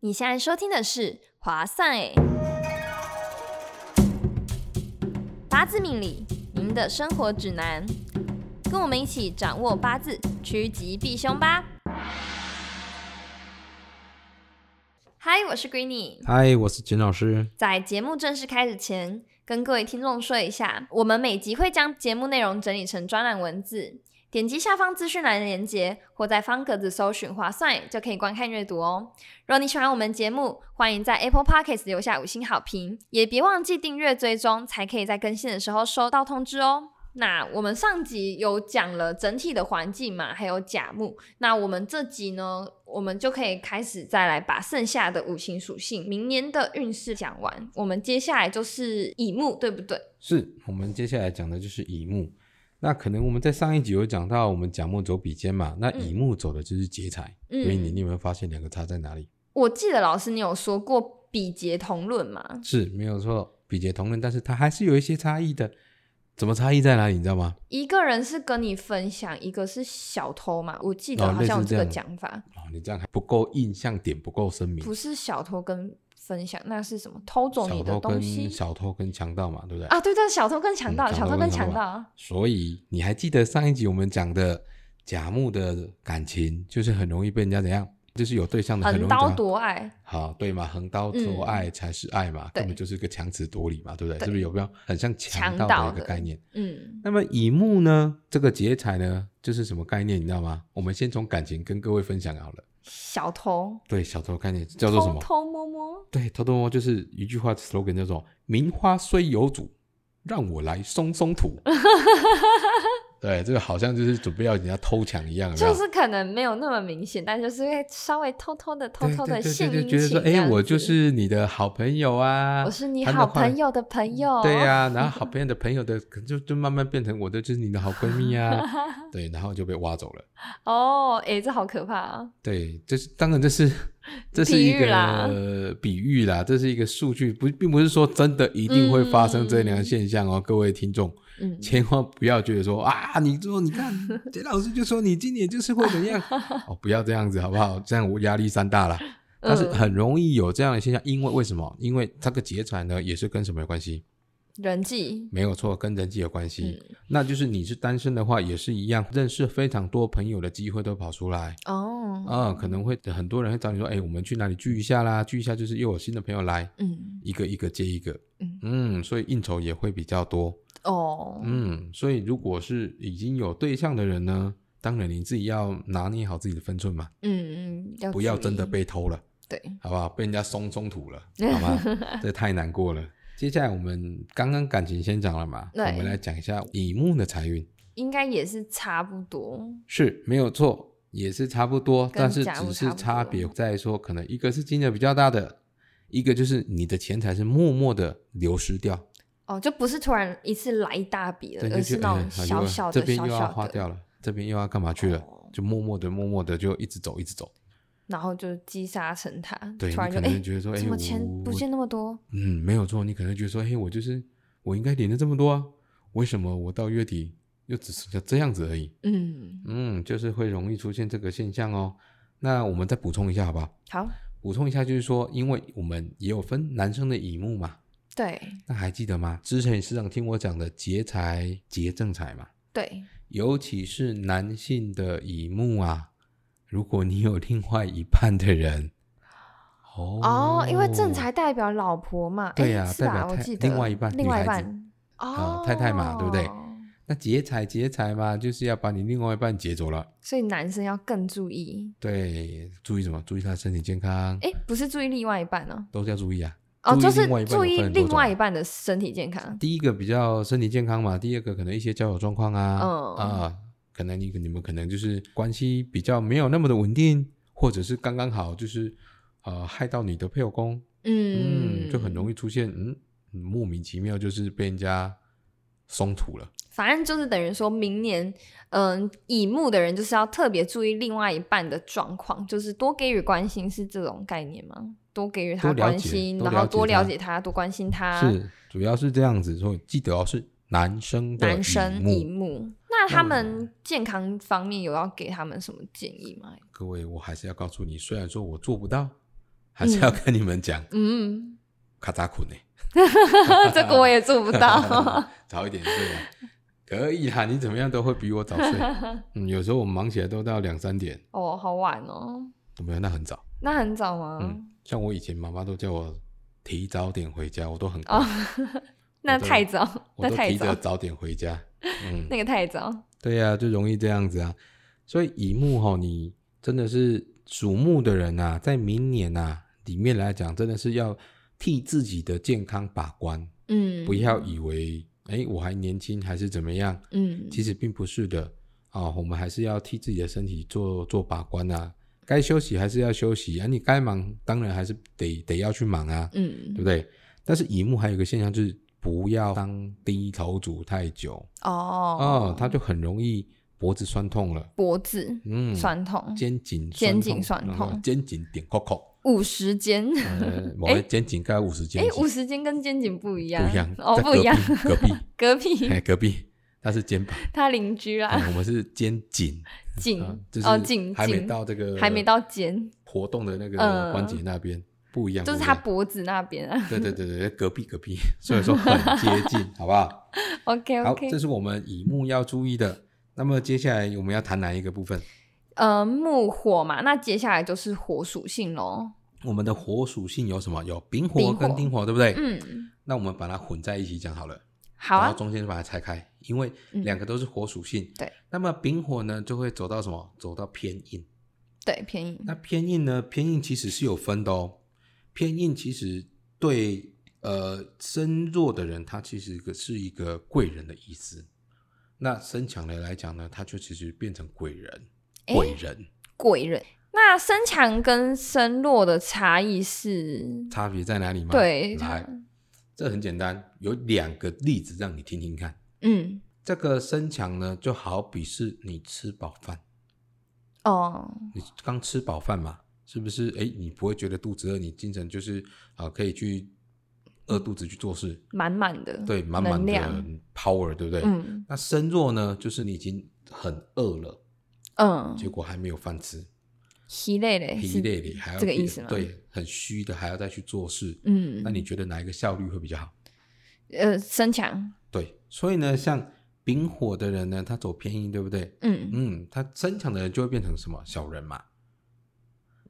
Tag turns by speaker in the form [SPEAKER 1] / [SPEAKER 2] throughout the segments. [SPEAKER 1] 你现在收听的是《划算诶》，八字命理，您的生活指南，跟我们一起掌握八字，趋吉避凶吧。嗨，我是 Greeny。
[SPEAKER 2] 嗨，我是简老师。
[SPEAKER 1] 在节目正式开始前，跟各位听众说一下，我们每集会将节目内容整理成专栏文字，点击下方资讯栏的链接，或在方格子搜寻“划算”就可以观看阅读哦。如果你喜欢我们节目，欢迎在 Apple Podcast 留下五星好评，也别忘记订阅追踪，才可以在更新的时候收到通知哦。那我们上集有讲了整体的环境嘛，还有甲木。那我们这集呢，我们就可以开始再来把剩下的五行属性、明年的运势讲完。我们接下来就是乙木，对不对？
[SPEAKER 2] 是我们接下来讲的就是乙木。那可能我们在上一集有讲到，我们甲木走比肩嘛，那乙木走的就是劫财。所以你你有没有发现两个差在哪里？
[SPEAKER 1] 嗯我记得老师你有说过比劫同论嘛？
[SPEAKER 2] 是没有错，比劫同论，但是它还是有一些差异的。怎么差异在哪里？你知道吗？
[SPEAKER 1] 一个人是跟你分享，一个是小偷嘛？我记得
[SPEAKER 2] 哦
[SPEAKER 1] 好像有
[SPEAKER 2] 类似
[SPEAKER 1] 这个
[SPEAKER 2] 这样
[SPEAKER 1] 讲法，
[SPEAKER 2] 哦，你这样还不够印象点，不够深明
[SPEAKER 1] 不。是小偷跟分享，那是什么？偷走你
[SPEAKER 2] 小
[SPEAKER 1] 的
[SPEAKER 2] 偷
[SPEAKER 1] 东
[SPEAKER 2] 跟
[SPEAKER 1] 西
[SPEAKER 2] 小偷跟强盗嘛，对不对？
[SPEAKER 1] 啊？对对，小偷跟强
[SPEAKER 2] 嗯
[SPEAKER 1] 盗，
[SPEAKER 2] 小
[SPEAKER 1] 小偷
[SPEAKER 2] 偷
[SPEAKER 1] 跟
[SPEAKER 2] 跟
[SPEAKER 1] 强
[SPEAKER 2] 强盗
[SPEAKER 1] 盗。
[SPEAKER 2] 所以你还记得上一集我们讲的甲木的感情，就是很容易被人家怎样？就是有对象嗯的很
[SPEAKER 1] 横
[SPEAKER 2] 容易怎
[SPEAKER 1] 刀
[SPEAKER 2] 样？
[SPEAKER 1] 夺爱，
[SPEAKER 2] 好，对嘛，横刀夺爱才是爱嘛，
[SPEAKER 1] 嗯对
[SPEAKER 2] 根本就是个强词夺理嘛，对不对？
[SPEAKER 1] 对
[SPEAKER 2] 是不是有没有很像强
[SPEAKER 1] 强盗
[SPEAKER 2] 盗的一
[SPEAKER 1] 的
[SPEAKER 2] 个概念？
[SPEAKER 1] 嗯，
[SPEAKER 2] 那么乙木呢，这个劫财呢，就是什么概念？你知道吗？我们先从感情跟各位分享好了。
[SPEAKER 1] 小偷
[SPEAKER 2] 对，小偷概念叫做什么
[SPEAKER 1] 偷？偷摸摸，
[SPEAKER 2] 对，偷偷摸摸就是一句话 slogan 叫做“名花虽有主，让我来松 松土” 。对，这个好像就是准备要人家偷抢一样，有没有
[SPEAKER 1] 就是可能没有那么明显，但就是会稍微偷偷的、偷
[SPEAKER 2] 对
[SPEAKER 1] 偷
[SPEAKER 2] 对
[SPEAKER 1] 的
[SPEAKER 2] 对
[SPEAKER 1] 献
[SPEAKER 2] 对
[SPEAKER 1] 殷
[SPEAKER 2] 就觉得
[SPEAKER 1] 勤
[SPEAKER 2] 说，
[SPEAKER 1] 这样
[SPEAKER 2] 哎，我就
[SPEAKER 1] 子
[SPEAKER 2] 是你的好朋友啊，
[SPEAKER 1] 我是你
[SPEAKER 2] 他们
[SPEAKER 1] 好
[SPEAKER 2] 后来
[SPEAKER 1] 朋友的朋友，
[SPEAKER 2] 嗯对呀、然后好朋友的朋友的，可能就就慢慢变成我的，就是你的好闺蜜 啊，对，然后就被挖走了。
[SPEAKER 1] 哦，哎，这好可怕啊！
[SPEAKER 2] 对，这是当然，这是这是一
[SPEAKER 1] 比喻啦
[SPEAKER 2] 个比喻啦，这是一个数据，不并不是说真的一定会发生这两
[SPEAKER 1] 嗯
[SPEAKER 2] 个现象哦，各位听众，
[SPEAKER 1] 嗯，
[SPEAKER 2] 千万不要觉得说啊，你说你看，杰老师就说你今年就是会怎样 哦，不要这样子好不好？这样我压力山大啦。但是
[SPEAKER 1] 嗯
[SPEAKER 2] 很容易有这样的现象，因为为什么？因为这个劫财呢，也是跟什么有关系？
[SPEAKER 1] 人际，
[SPEAKER 2] 没有错，跟人际有关系。
[SPEAKER 1] 嗯，
[SPEAKER 2] 那就是你是单身的话，也是一样，认识非常多朋友的机会都跑出来。
[SPEAKER 1] 哦，
[SPEAKER 2] 啊、可能会很多人会找你说，哎，我们去哪里聚一下啦？聚一下就是又有新的朋友来，
[SPEAKER 1] 嗯，
[SPEAKER 2] 一个一个接一个，
[SPEAKER 1] 嗯
[SPEAKER 2] 所以应酬也会比较多，
[SPEAKER 1] 哦，
[SPEAKER 2] 嗯，所以如果是已经有对象的人呢，当然你自己要拿捏好自己的分寸嘛，
[SPEAKER 1] 嗯嗯，要
[SPEAKER 2] 不要
[SPEAKER 1] 注
[SPEAKER 2] 真的
[SPEAKER 1] 意
[SPEAKER 2] 被偷了，
[SPEAKER 1] 对，
[SPEAKER 2] 好不好？被人家松松 土了，好吗？这太难过了。接下来我们刚刚感情先讲了嘛，我
[SPEAKER 1] 对
[SPEAKER 2] 们来讲一下乙木的财运。
[SPEAKER 1] 应该也是差不多，
[SPEAKER 2] 是没有错，也是差不多，
[SPEAKER 1] 跟
[SPEAKER 2] 但是
[SPEAKER 1] 甲午
[SPEAKER 2] 只
[SPEAKER 1] 差
[SPEAKER 2] 是
[SPEAKER 1] 不
[SPEAKER 2] 差
[SPEAKER 1] 多
[SPEAKER 2] 别在说，可能一个是金额比较大的，一个就是你的钱财是默默的流失掉，
[SPEAKER 1] 哦，就不是突然一次来一大笔
[SPEAKER 2] 对，
[SPEAKER 1] 了，
[SPEAKER 2] 就
[SPEAKER 1] 而是
[SPEAKER 2] 就
[SPEAKER 1] 那
[SPEAKER 2] 哎
[SPEAKER 1] 种，
[SPEAKER 2] 好
[SPEAKER 1] 小
[SPEAKER 2] 又
[SPEAKER 1] 小
[SPEAKER 2] 这
[SPEAKER 1] 的、
[SPEAKER 2] 边
[SPEAKER 1] 小
[SPEAKER 2] 又要花
[SPEAKER 1] 小
[SPEAKER 2] 掉
[SPEAKER 1] 的，
[SPEAKER 2] 了，这边又要干嘛去了，
[SPEAKER 1] 哦
[SPEAKER 2] 就默默的、默默的就一直走，一直走。
[SPEAKER 1] 然后就积沙成塔，
[SPEAKER 2] 对你
[SPEAKER 1] 突然就
[SPEAKER 2] 可能
[SPEAKER 1] 哎，
[SPEAKER 2] 觉得说，哎，
[SPEAKER 1] 怎么钱
[SPEAKER 2] 我
[SPEAKER 1] 不
[SPEAKER 2] 我
[SPEAKER 1] 见那么多？
[SPEAKER 2] 嗯，没有错，你可能觉得说，嘿，哎我就是我应该领了这么多啊，为什么我到月底又只剩下这样子而已？
[SPEAKER 1] 嗯，
[SPEAKER 2] 嗯，就是会容易出现这个现象哦。那我们再补充一下，好不好？
[SPEAKER 1] 好，
[SPEAKER 2] 补充一下，就是说，因为我们也有分男生的乙木嘛，
[SPEAKER 1] 对
[SPEAKER 2] 那还记得吗？之前市长听我讲的劫财、劫正财嘛，
[SPEAKER 1] 对，
[SPEAKER 2] 尤其是男性的乙木啊，如果你有另外一半的人，哦
[SPEAKER 1] 哦，因为正财代表老婆嘛，哎
[SPEAKER 2] 对呀
[SPEAKER 1] 是
[SPEAKER 2] 代
[SPEAKER 1] 吧？
[SPEAKER 2] 表
[SPEAKER 1] 我
[SPEAKER 2] 太
[SPEAKER 1] 记得
[SPEAKER 2] 另外一半
[SPEAKER 1] 另
[SPEAKER 2] 女
[SPEAKER 1] 外一
[SPEAKER 2] 孩子
[SPEAKER 1] 半，哦
[SPEAKER 2] 啊，太太嘛对不对那劫财劫财嘛，就是要把你另外一半劫走了。
[SPEAKER 1] 所以男生要更注意，
[SPEAKER 2] 对，注意什么？注意他身体健康，
[SPEAKER 1] 哎，不是注意另外一半哦，
[SPEAKER 2] 都是要注意啊。
[SPEAKER 1] 哦，
[SPEAKER 2] 注
[SPEAKER 1] 就
[SPEAKER 2] 意
[SPEAKER 1] 是
[SPEAKER 2] 另外一半
[SPEAKER 1] 注
[SPEAKER 2] 有
[SPEAKER 1] 意
[SPEAKER 2] 分很多啊
[SPEAKER 1] 另
[SPEAKER 2] 种
[SPEAKER 1] 外一半的身体健康，嗯
[SPEAKER 2] 第一个比较身体健康嘛，第二个可能一些交友状况啊，
[SPEAKER 1] 嗯
[SPEAKER 2] 啊，可能你你们可能就是关系比较没有那么的稳定，或者是刚刚好就是呃害到你的配偶公，
[SPEAKER 1] 嗯，
[SPEAKER 2] 就很容
[SPEAKER 1] 易，
[SPEAKER 2] 易出现嗯莫名其妙就是被人家松土了，
[SPEAKER 1] 反正就是等于说明年，嗯，乙木的人就是要特别注意另外一半的状况，就是多给予关心，是这种概念吗？多给予他
[SPEAKER 2] 多了
[SPEAKER 1] 关
[SPEAKER 2] 解
[SPEAKER 1] 心，
[SPEAKER 2] 多
[SPEAKER 1] 然后
[SPEAKER 2] 了解
[SPEAKER 1] 多了
[SPEAKER 2] 他
[SPEAKER 1] 解他，多关心他，
[SPEAKER 2] 是主要是这样子，所以记得哦是男生的
[SPEAKER 1] 男生
[SPEAKER 2] 乙
[SPEAKER 1] 乙
[SPEAKER 2] 木，
[SPEAKER 1] 木。那他
[SPEAKER 2] 嗯
[SPEAKER 1] 们健康方面有要给他们什么建议吗？
[SPEAKER 2] 各位我还是要告诉你，虽然说我做不到，还是要跟你们讲
[SPEAKER 1] 嗯，
[SPEAKER 2] 卡扎苦呢。
[SPEAKER 1] 这个我也做不 到。
[SPEAKER 2] 早一点睡啊，可以啦，你怎么样都会比我 早睡。嗯，有时候我忙起来都到两三点，
[SPEAKER 1] 哦，好晚哦，
[SPEAKER 2] 没有，那很早。
[SPEAKER 1] 那很早吗？
[SPEAKER 2] 嗯，像我以前妈妈都叫我提早点回家，我都很乖
[SPEAKER 1] 哦， 那太早，
[SPEAKER 2] 我
[SPEAKER 1] 那
[SPEAKER 2] 都
[SPEAKER 1] 太
[SPEAKER 2] 提着
[SPEAKER 1] 早，
[SPEAKER 2] 早点回 家。嗯，
[SPEAKER 1] 那个太早。
[SPEAKER 2] 对呀、就容易这样子啊。所以乙木哈，你真的是属木的人啊，在明年啊里面来讲，真的是要替自己的健康把关，
[SPEAKER 1] 嗯，
[SPEAKER 2] 不要以为哎、诶我还年轻还是怎么样，
[SPEAKER 1] 嗯，
[SPEAKER 2] 其实并不是的啊、我们还是要替自己的身体做做把关啊，该休息还是要休息啊，你该忙当然还是得得要去忙啊，对不
[SPEAKER 1] 嗯，
[SPEAKER 2] 对？但是乙木还有一个现象就是不要当低头族太久哦
[SPEAKER 1] 哦，
[SPEAKER 2] 他就很容易脖子酸痛了，
[SPEAKER 1] 脖子
[SPEAKER 2] 嗯，
[SPEAKER 1] 酸痛，
[SPEAKER 2] 肩颈
[SPEAKER 1] 肩颈
[SPEAKER 2] 酸
[SPEAKER 1] 酸痛
[SPEAKER 2] 然后肩颈顶 扣扣，
[SPEAKER 1] 五十肩，
[SPEAKER 2] 呃，我的肩颈盖五十肩
[SPEAKER 1] 哎，
[SPEAKER 2] 颈
[SPEAKER 1] 五十肩跟肩颈不一样，
[SPEAKER 2] 不一样，
[SPEAKER 1] 哦，
[SPEAKER 2] 在
[SPEAKER 1] 不一样，
[SPEAKER 2] 隔壁
[SPEAKER 1] 隔
[SPEAKER 2] 隔壁
[SPEAKER 1] 壁
[SPEAKER 2] 哎隔壁，他是肩 膀，
[SPEAKER 1] 他邻居啦，
[SPEAKER 2] 哎我们是肩颈。
[SPEAKER 1] 颈
[SPEAKER 2] 啊就
[SPEAKER 1] 哦，
[SPEAKER 2] 是
[SPEAKER 1] 颈
[SPEAKER 2] 还没
[SPEAKER 1] 颈
[SPEAKER 2] 到这个
[SPEAKER 1] 还没到肩，
[SPEAKER 2] 活动的那个
[SPEAKER 1] 嗯
[SPEAKER 2] 关节那边、不一样，
[SPEAKER 1] 就是
[SPEAKER 2] 不一
[SPEAKER 1] 他
[SPEAKER 2] 样
[SPEAKER 1] 脖子那边啊。
[SPEAKER 2] 对对对对，隔壁隔壁，所以说很接近，好不好？
[SPEAKER 1] OK
[SPEAKER 2] 好，
[SPEAKER 1] OK，
[SPEAKER 2] 这是我们乙木要注意的。那么接下来我们要谈哪一个部分？
[SPEAKER 1] 呃，木火嘛，那接下来就是火属性喽。
[SPEAKER 2] 我们的火属性有什么？有丙火
[SPEAKER 1] 丙火
[SPEAKER 2] 跟丁火，对不对？
[SPEAKER 1] 嗯，
[SPEAKER 2] 那我们把它混在一起讲好了，
[SPEAKER 1] 好
[SPEAKER 2] 然
[SPEAKER 1] 啊
[SPEAKER 2] 后，中间把它拆开，因为
[SPEAKER 1] 嗯
[SPEAKER 2] 两个都是火属性。
[SPEAKER 1] 对。
[SPEAKER 2] 那么丙火呢，就会走到什么？走到偏硬。
[SPEAKER 1] 对，便宜。
[SPEAKER 2] 那偏硬呢？偏硬其实是有分的哦。偏硬其实对呃身弱的人，他其实个是一个贵人的意思。那身强的来讲呢，他就其实变成鬼人，
[SPEAKER 1] 诶
[SPEAKER 2] 鬼人
[SPEAKER 1] 贵人。那身强跟身弱的差异是，
[SPEAKER 2] 差别在哪里吗？
[SPEAKER 1] 对
[SPEAKER 2] 来，这很简单，有两个例子让你听听看。
[SPEAKER 1] 嗯，
[SPEAKER 2] 这个身强呢，就好比是你吃饱饭，
[SPEAKER 1] 哦，
[SPEAKER 2] 你刚吃饱饭嘛，是不是？哎，你不会觉得肚子饿，你精神就是啊、可以去饿肚子去做事，
[SPEAKER 1] 满满的，
[SPEAKER 2] 对，满满
[SPEAKER 1] 能
[SPEAKER 2] 的
[SPEAKER 1] 量
[SPEAKER 2] power，对不对？
[SPEAKER 1] 嗯
[SPEAKER 2] 那身弱呢，就是你已经很饿了，
[SPEAKER 1] 嗯，
[SPEAKER 2] 结果还没有饭吃，
[SPEAKER 1] 疲累嘞，
[SPEAKER 2] 疲
[SPEAKER 1] 是
[SPEAKER 2] 累了，还要
[SPEAKER 1] 这个
[SPEAKER 2] 别
[SPEAKER 1] 意思吗？，
[SPEAKER 2] 对，很虚的，还要再去做事。
[SPEAKER 1] 嗯，
[SPEAKER 2] 那你觉得哪一个效率会比较好？
[SPEAKER 1] 呃身强，
[SPEAKER 2] 对，所以呢，像丙火的人呢，他走偏硬，对不对？
[SPEAKER 1] 嗯，
[SPEAKER 2] 嗯，他身强的人就会变成什么小人嘛？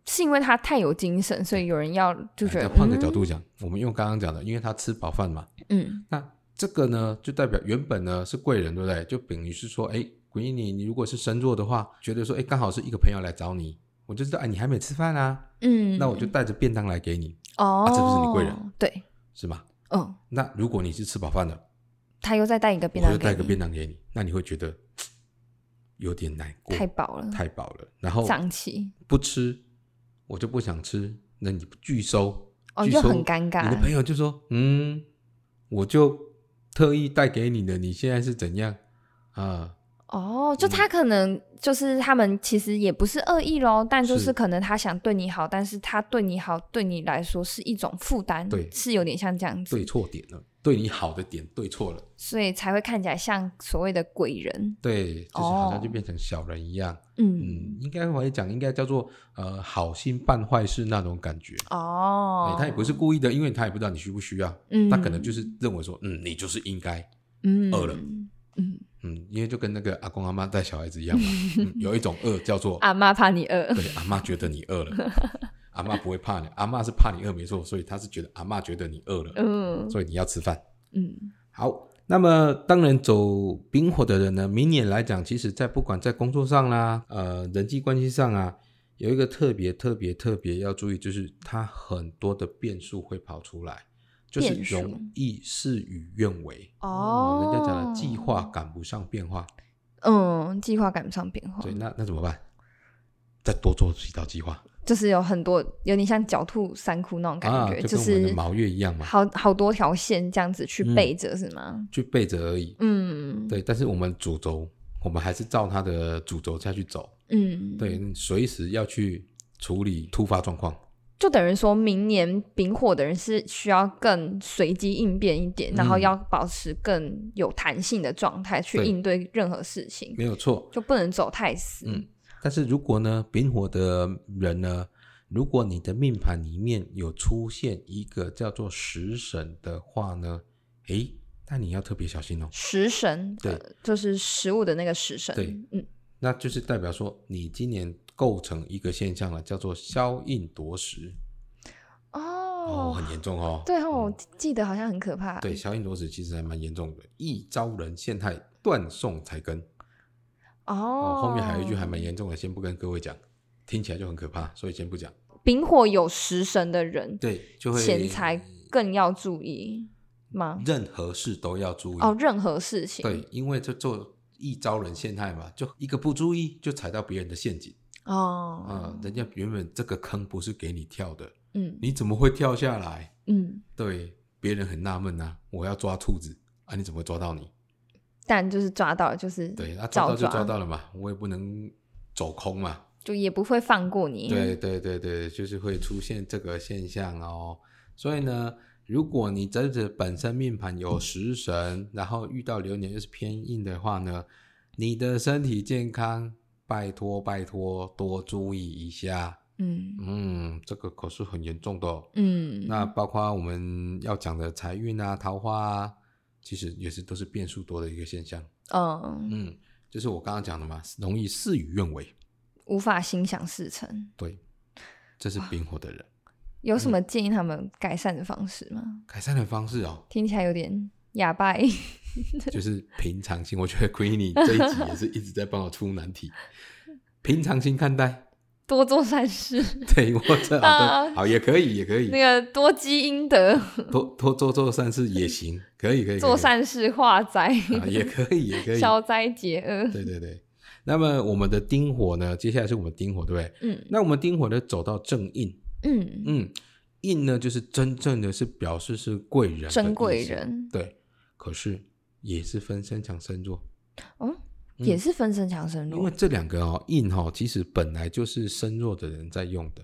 [SPEAKER 1] 是因为他太有精神，所以有人要就觉
[SPEAKER 2] 哎
[SPEAKER 1] 得
[SPEAKER 2] 再换个角度讲，我们用刚刚讲的，因为他吃饱饭嘛，
[SPEAKER 1] 嗯，
[SPEAKER 2] 那这个呢，就代表原本呢是贵人，对不对？就等于是说，哎，闺女，你如果是身弱的话，觉得说，哎，刚好是一个朋友来找你，我就知道，哎，你还没吃饭啊，
[SPEAKER 1] 嗯嗯，
[SPEAKER 2] 那我就带着便当来给你，
[SPEAKER 1] 哦，
[SPEAKER 2] 这不是你贵人，
[SPEAKER 1] 对，
[SPEAKER 2] 是吧？
[SPEAKER 1] 嗯，
[SPEAKER 2] 那如果你是吃饱饭的，
[SPEAKER 1] 他又再带一个便
[SPEAKER 2] 我
[SPEAKER 1] 当
[SPEAKER 2] 就
[SPEAKER 1] 给
[SPEAKER 2] 带
[SPEAKER 1] 你，
[SPEAKER 2] 个便当给你，那你会觉得嘖有点难过，
[SPEAKER 1] 太饱了，
[SPEAKER 2] 太哦饱了，然后
[SPEAKER 1] 胀气，
[SPEAKER 2] 不吃，我就不想吃，那你拒收，
[SPEAKER 1] 哦，
[SPEAKER 2] 拒
[SPEAKER 1] 又
[SPEAKER 2] 收
[SPEAKER 1] 很尴
[SPEAKER 2] 你的
[SPEAKER 1] 尬
[SPEAKER 2] 朋，友就说：“嗯，我就特意带给你的，你现在是怎样啊？
[SPEAKER 1] 哦，就
[SPEAKER 2] 嗯
[SPEAKER 1] 他可能就是他们其实也不是恶意喽，但就是是可能他想对你好，但是他对你好对你来说是一种负担，
[SPEAKER 2] 对
[SPEAKER 1] 是有点像这样子，
[SPEAKER 2] 对错点了，对你好的点对错了，
[SPEAKER 1] 所以才会看起来像所谓的鬼人，
[SPEAKER 2] 对，就是好像
[SPEAKER 1] 哦
[SPEAKER 2] 就变成小人一样。嗯
[SPEAKER 1] 嗯，，
[SPEAKER 2] 应该我来讲，应该叫做呃好心办坏事那种感觉。
[SPEAKER 1] 哦
[SPEAKER 2] 哎，他也不是故意的，因为他也不知道你需不需要，
[SPEAKER 1] 嗯
[SPEAKER 2] 他可能就是认为说，嗯，你就是应该，
[SPEAKER 1] 嗯
[SPEAKER 2] 饿了，
[SPEAKER 1] 嗯，
[SPEAKER 2] 嗯，因为就跟那个阿公阿妈带小孩子一 样嘛，嗯有一种饿叫做
[SPEAKER 1] 阿妈怕你饿，
[SPEAKER 2] 对，阿妈觉得你饿 了，阿妈不会怕你，阿妈是怕你饿没错，所以她是觉得阿妈觉得你饿了，
[SPEAKER 1] 嗯
[SPEAKER 2] 所以你要吃饭。
[SPEAKER 1] 嗯
[SPEAKER 2] 好，那么当然走丙火的人呢，明年来讲，其实在不管在工作上啦，呃，人际关系上啊，有一个特别特别特别要注意，就是他很多的变数会跑出来，就是
[SPEAKER 1] 变数
[SPEAKER 2] 容易事与愿违。啊
[SPEAKER 1] 哦
[SPEAKER 2] 人家讲的计划赶不上变化，
[SPEAKER 1] 嗯，计划赶不上变化
[SPEAKER 2] 对，，那那怎么办？再多做几道计划。
[SPEAKER 1] 就是有很多有点像狡兔三窟那种感觉，
[SPEAKER 2] 啊、就跟我们
[SPEAKER 1] 是
[SPEAKER 2] 的毛月一样嘛，
[SPEAKER 1] 好好多条线这样子去
[SPEAKER 2] 嗯
[SPEAKER 1] 背着、是吗？
[SPEAKER 2] 去背着而已。
[SPEAKER 1] 嗯，
[SPEAKER 2] 对，但是我们主轴，我们还是照它的主轴下去走。
[SPEAKER 1] 嗯，
[SPEAKER 2] 对，随时要去处理突发状况。
[SPEAKER 1] 就等于说明年丙火的人是需要更随机应变一点，
[SPEAKER 2] 嗯
[SPEAKER 1] 然后要保持更有弹性的状态去
[SPEAKER 2] 对
[SPEAKER 1] 应对任何事情，
[SPEAKER 2] 没有错。
[SPEAKER 1] 就不能走太死。
[SPEAKER 2] 嗯但是如果呢，丙火的人呢，如果你的命盘里面有出现一个叫做食神的话呢，诶，那你要特别小心哦。
[SPEAKER 1] 食神，
[SPEAKER 2] 对
[SPEAKER 1] 呃就是食物的那个食神，
[SPEAKER 2] 对，
[SPEAKER 1] 嗯，
[SPEAKER 2] 那就是代表说你今年构成一个现象了，叫做消印夺食哦，
[SPEAKER 1] 哦，
[SPEAKER 2] 很严重哦。
[SPEAKER 1] 对哦，我
[SPEAKER 2] 嗯
[SPEAKER 1] 记记得好像很可怕，
[SPEAKER 2] 对，消印夺食其实还蛮严重的，一招人陷害，断送才根。哦，
[SPEAKER 1] 哦，
[SPEAKER 2] 后面还有一句还蛮严重的，先不跟各位讲，听起来就很可怕，所以先不讲。
[SPEAKER 1] 哦丙火有食神的人，
[SPEAKER 2] 对，就会嗯
[SPEAKER 1] 钱财更要注意吗？
[SPEAKER 2] 任何事都要注意
[SPEAKER 1] 哦，任何事情，
[SPEAKER 2] 对，因为这做一招人陷害嘛，就一个不注意就踩到别人的陷阱
[SPEAKER 1] 哦，
[SPEAKER 2] 啊、人家原本这个坑不是给你跳的，
[SPEAKER 1] 嗯
[SPEAKER 2] 你怎么会跳下来？
[SPEAKER 1] 嗯，
[SPEAKER 2] 对，别人很纳闷呐、我要抓兔子啊，你怎么会抓到你？
[SPEAKER 1] 但就是抓到了就是
[SPEAKER 2] 对，啊，抓
[SPEAKER 1] 照
[SPEAKER 2] 到就抓
[SPEAKER 1] 抓，
[SPEAKER 2] 到了嘛，我也不能走空嘛。
[SPEAKER 1] 就也不会放过你，
[SPEAKER 2] 对对对对，就是会出现这个现象哦。所以呢，如果你真的本身命盘有食神，然后遇到流年又是偏硬的话呢，你的身体健康，拜托拜托多注意一下。
[SPEAKER 1] 嗯
[SPEAKER 2] 嗯，这个可是很严重的、哦。
[SPEAKER 1] 嗯，
[SPEAKER 2] 那包括我们要讲的财运啊、桃花啊，其实也是都是变数多的一个现象。
[SPEAKER 1] 嗯，
[SPEAKER 2] 嗯，就是我刚刚讲的嘛，容易事与愿违。
[SPEAKER 1] 无法心想事成。
[SPEAKER 2] 对，这是丙火的人。
[SPEAKER 1] 有什么
[SPEAKER 2] 嗯
[SPEAKER 1] 建议他们改善的方式吗？
[SPEAKER 2] 改善的方式哦，
[SPEAKER 1] 听起来有点哑巴欸音。
[SPEAKER 2] 就是平常心。我觉得 Queenie 这一集也是一直在帮我出难 题，平常心看待。
[SPEAKER 1] 多做善 事，
[SPEAKER 2] 对我这好的
[SPEAKER 1] 啊
[SPEAKER 2] 好也可以，也可以
[SPEAKER 1] 那个多积阴德，
[SPEAKER 2] 多多做做善事也行，可以可以可以
[SPEAKER 1] 做善事化灾，
[SPEAKER 2] 啊也可以也可 以。
[SPEAKER 1] 消灾解厄。
[SPEAKER 2] 对对对。那么我们的丁火呢？接下来是我们丁火，对不对？
[SPEAKER 1] 嗯
[SPEAKER 2] 那我们丁火呢，走到正印，
[SPEAKER 1] 嗯，
[SPEAKER 2] 嗯，印呢就是真正的是表示是贵人，
[SPEAKER 1] 真贵，人
[SPEAKER 2] 对。可是也是分身强身弱，嗯
[SPEAKER 1] 也是分身强身
[SPEAKER 2] 因
[SPEAKER 1] 弱
[SPEAKER 2] 为这两个哦，印哈、其实本来就是身弱的人在用的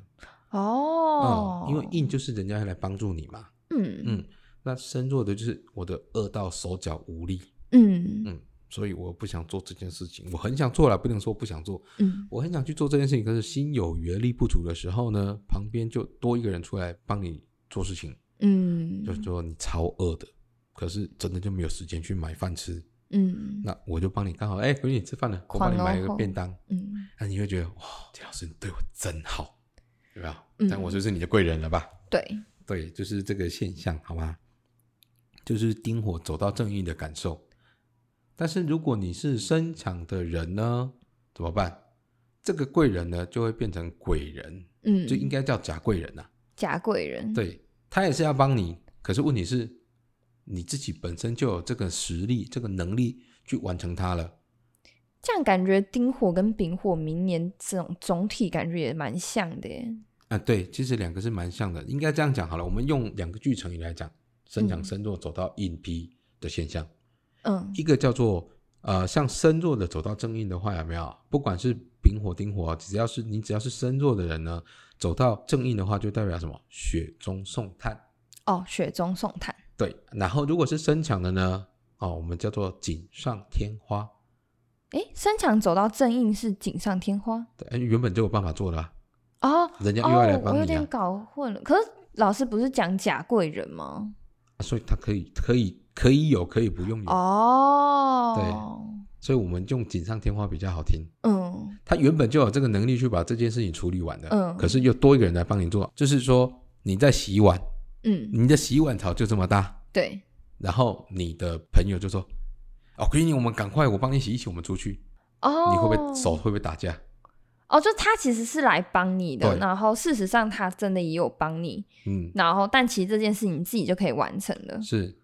[SPEAKER 1] 哦
[SPEAKER 2] 嗯，因为印就是人家来帮助你嘛，
[SPEAKER 1] 嗯
[SPEAKER 2] 嗯，那身弱的就是我的饿到手脚无力，
[SPEAKER 1] 嗯
[SPEAKER 2] 嗯，所以我不想做这件事情，我很想做了，不能说不想做，
[SPEAKER 1] 嗯
[SPEAKER 2] 我很想去做这件事情，可是心有余而力不足的时候呢，旁边就多一个人出来帮你做事情，就
[SPEAKER 1] 嗯
[SPEAKER 2] 说你超饿的，可是真的就没有时间去买饭吃，
[SPEAKER 1] 嗯
[SPEAKER 2] 那我就帮你刚好，哎、闺女你吃饭了，我
[SPEAKER 1] 狂
[SPEAKER 2] 帮你买
[SPEAKER 1] 哦
[SPEAKER 2] 一个
[SPEAKER 1] 吼
[SPEAKER 2] 便当。
[SPEAKER 1] 嗯，
[SPEAKER 2] 那你会觉得哇，田老师你对我真好，对吧？
[SPEAKER 1] 嗯
[SPEAKER 2] 但我就是你的贵人了吧？
[SPEAKER 1] 对，
[SPEAKER 2] 对，就是这个现象，好吗？就是丁火走到正义的感受。但是如果你是生强的人呢，怎么办？这个贵人呢，就会变成鬼人，
[SPEAKER 1] 嗯，
[SPEAKER 2] 就应该叫假贵人呐、
[SPEAKER 1] 假贵人，，
[SPEAKER 2] 对他也是要帮你，可是问题是，你自己本身就有这个实力、这个能力去完成它了。
[SPEAKER 1] 这样感觉丁火跟丙火明年这种总体感觉也蛮像的耶。
[SPEAKER 2] 啊，对，其实两个是蛮像的，应该这样讲好了。我们用两个句成语来讲，身强
[SPEAKER 1] 嗯
[SPEAKER 2] 身弱走到硬批的现象，
[SPEAKER 1] 嗯
[SPEAKER 2] 一个叫做呃，像身弱的走到正印的话，有没有？不管是丙火、丁火，啊只要是你只要是身弱的人呢，走到正印的话，就代表什么？雪中送炭。
[SPEAKER 1] 哦，雪中送炭。
[SPEAKER 2] 对，然后如果是身强的呢，哦，我们叫做锦上添花。
[SPEAKER 1] 诶，身强走到正印是锦上添花
[SPEAKER 2] 对，哎原本就有办法做的、啊，
[SPEAKER 1] 哦
[SPEAKER 2] 人家又要来
[SPEAKER 1] 哦，
[SPEAKER 2] 帮
[SPEAKER 1] 我有
[SPEAKER 2] 你啊
[SPEAKER 1] 点，搞混了。可是老师不是讲假贵人吗？
[SPEAKER 2] 所以他可以可以可以有，可以不用有，
[SPEAKER 1] 哦，
[SPEAKER 2] 所以我们用锦上添花比较好听。
[SPEAKER 1] 对，嗯
[SPEAKER 2] 他原本就有这个能力去把这件事情处理完的，
[SPEAKER 1] 嗯
[SPEAKER 2] 可是又多一个人来帮你做，就是说你在洗碗，
[SPEAKER 1] 嗯，
[SPEAKER 2] 你的洗碗槽就这么大，
[SPEAKER 1] 对，
[SPEAKER 2] 然后你的朋友就说：“哦，闺女，我们赶快，我帮你洗一洗，我们出去。
[SPEAKER 1] 哦，
[SPEAKER 2] 你会不会手？会不会打架？
[SPEAKER 1] 哦，就他其实是来帮你的，
[SPEAKER 2] 对
[SPEAKER 1] 然后事实上他真的也有帮你，
[SPEAKER 2] 嗯，
[SPEAKER 1] 然后但其实这件事你自己就可以完成了，
[SPEAKER 2] 是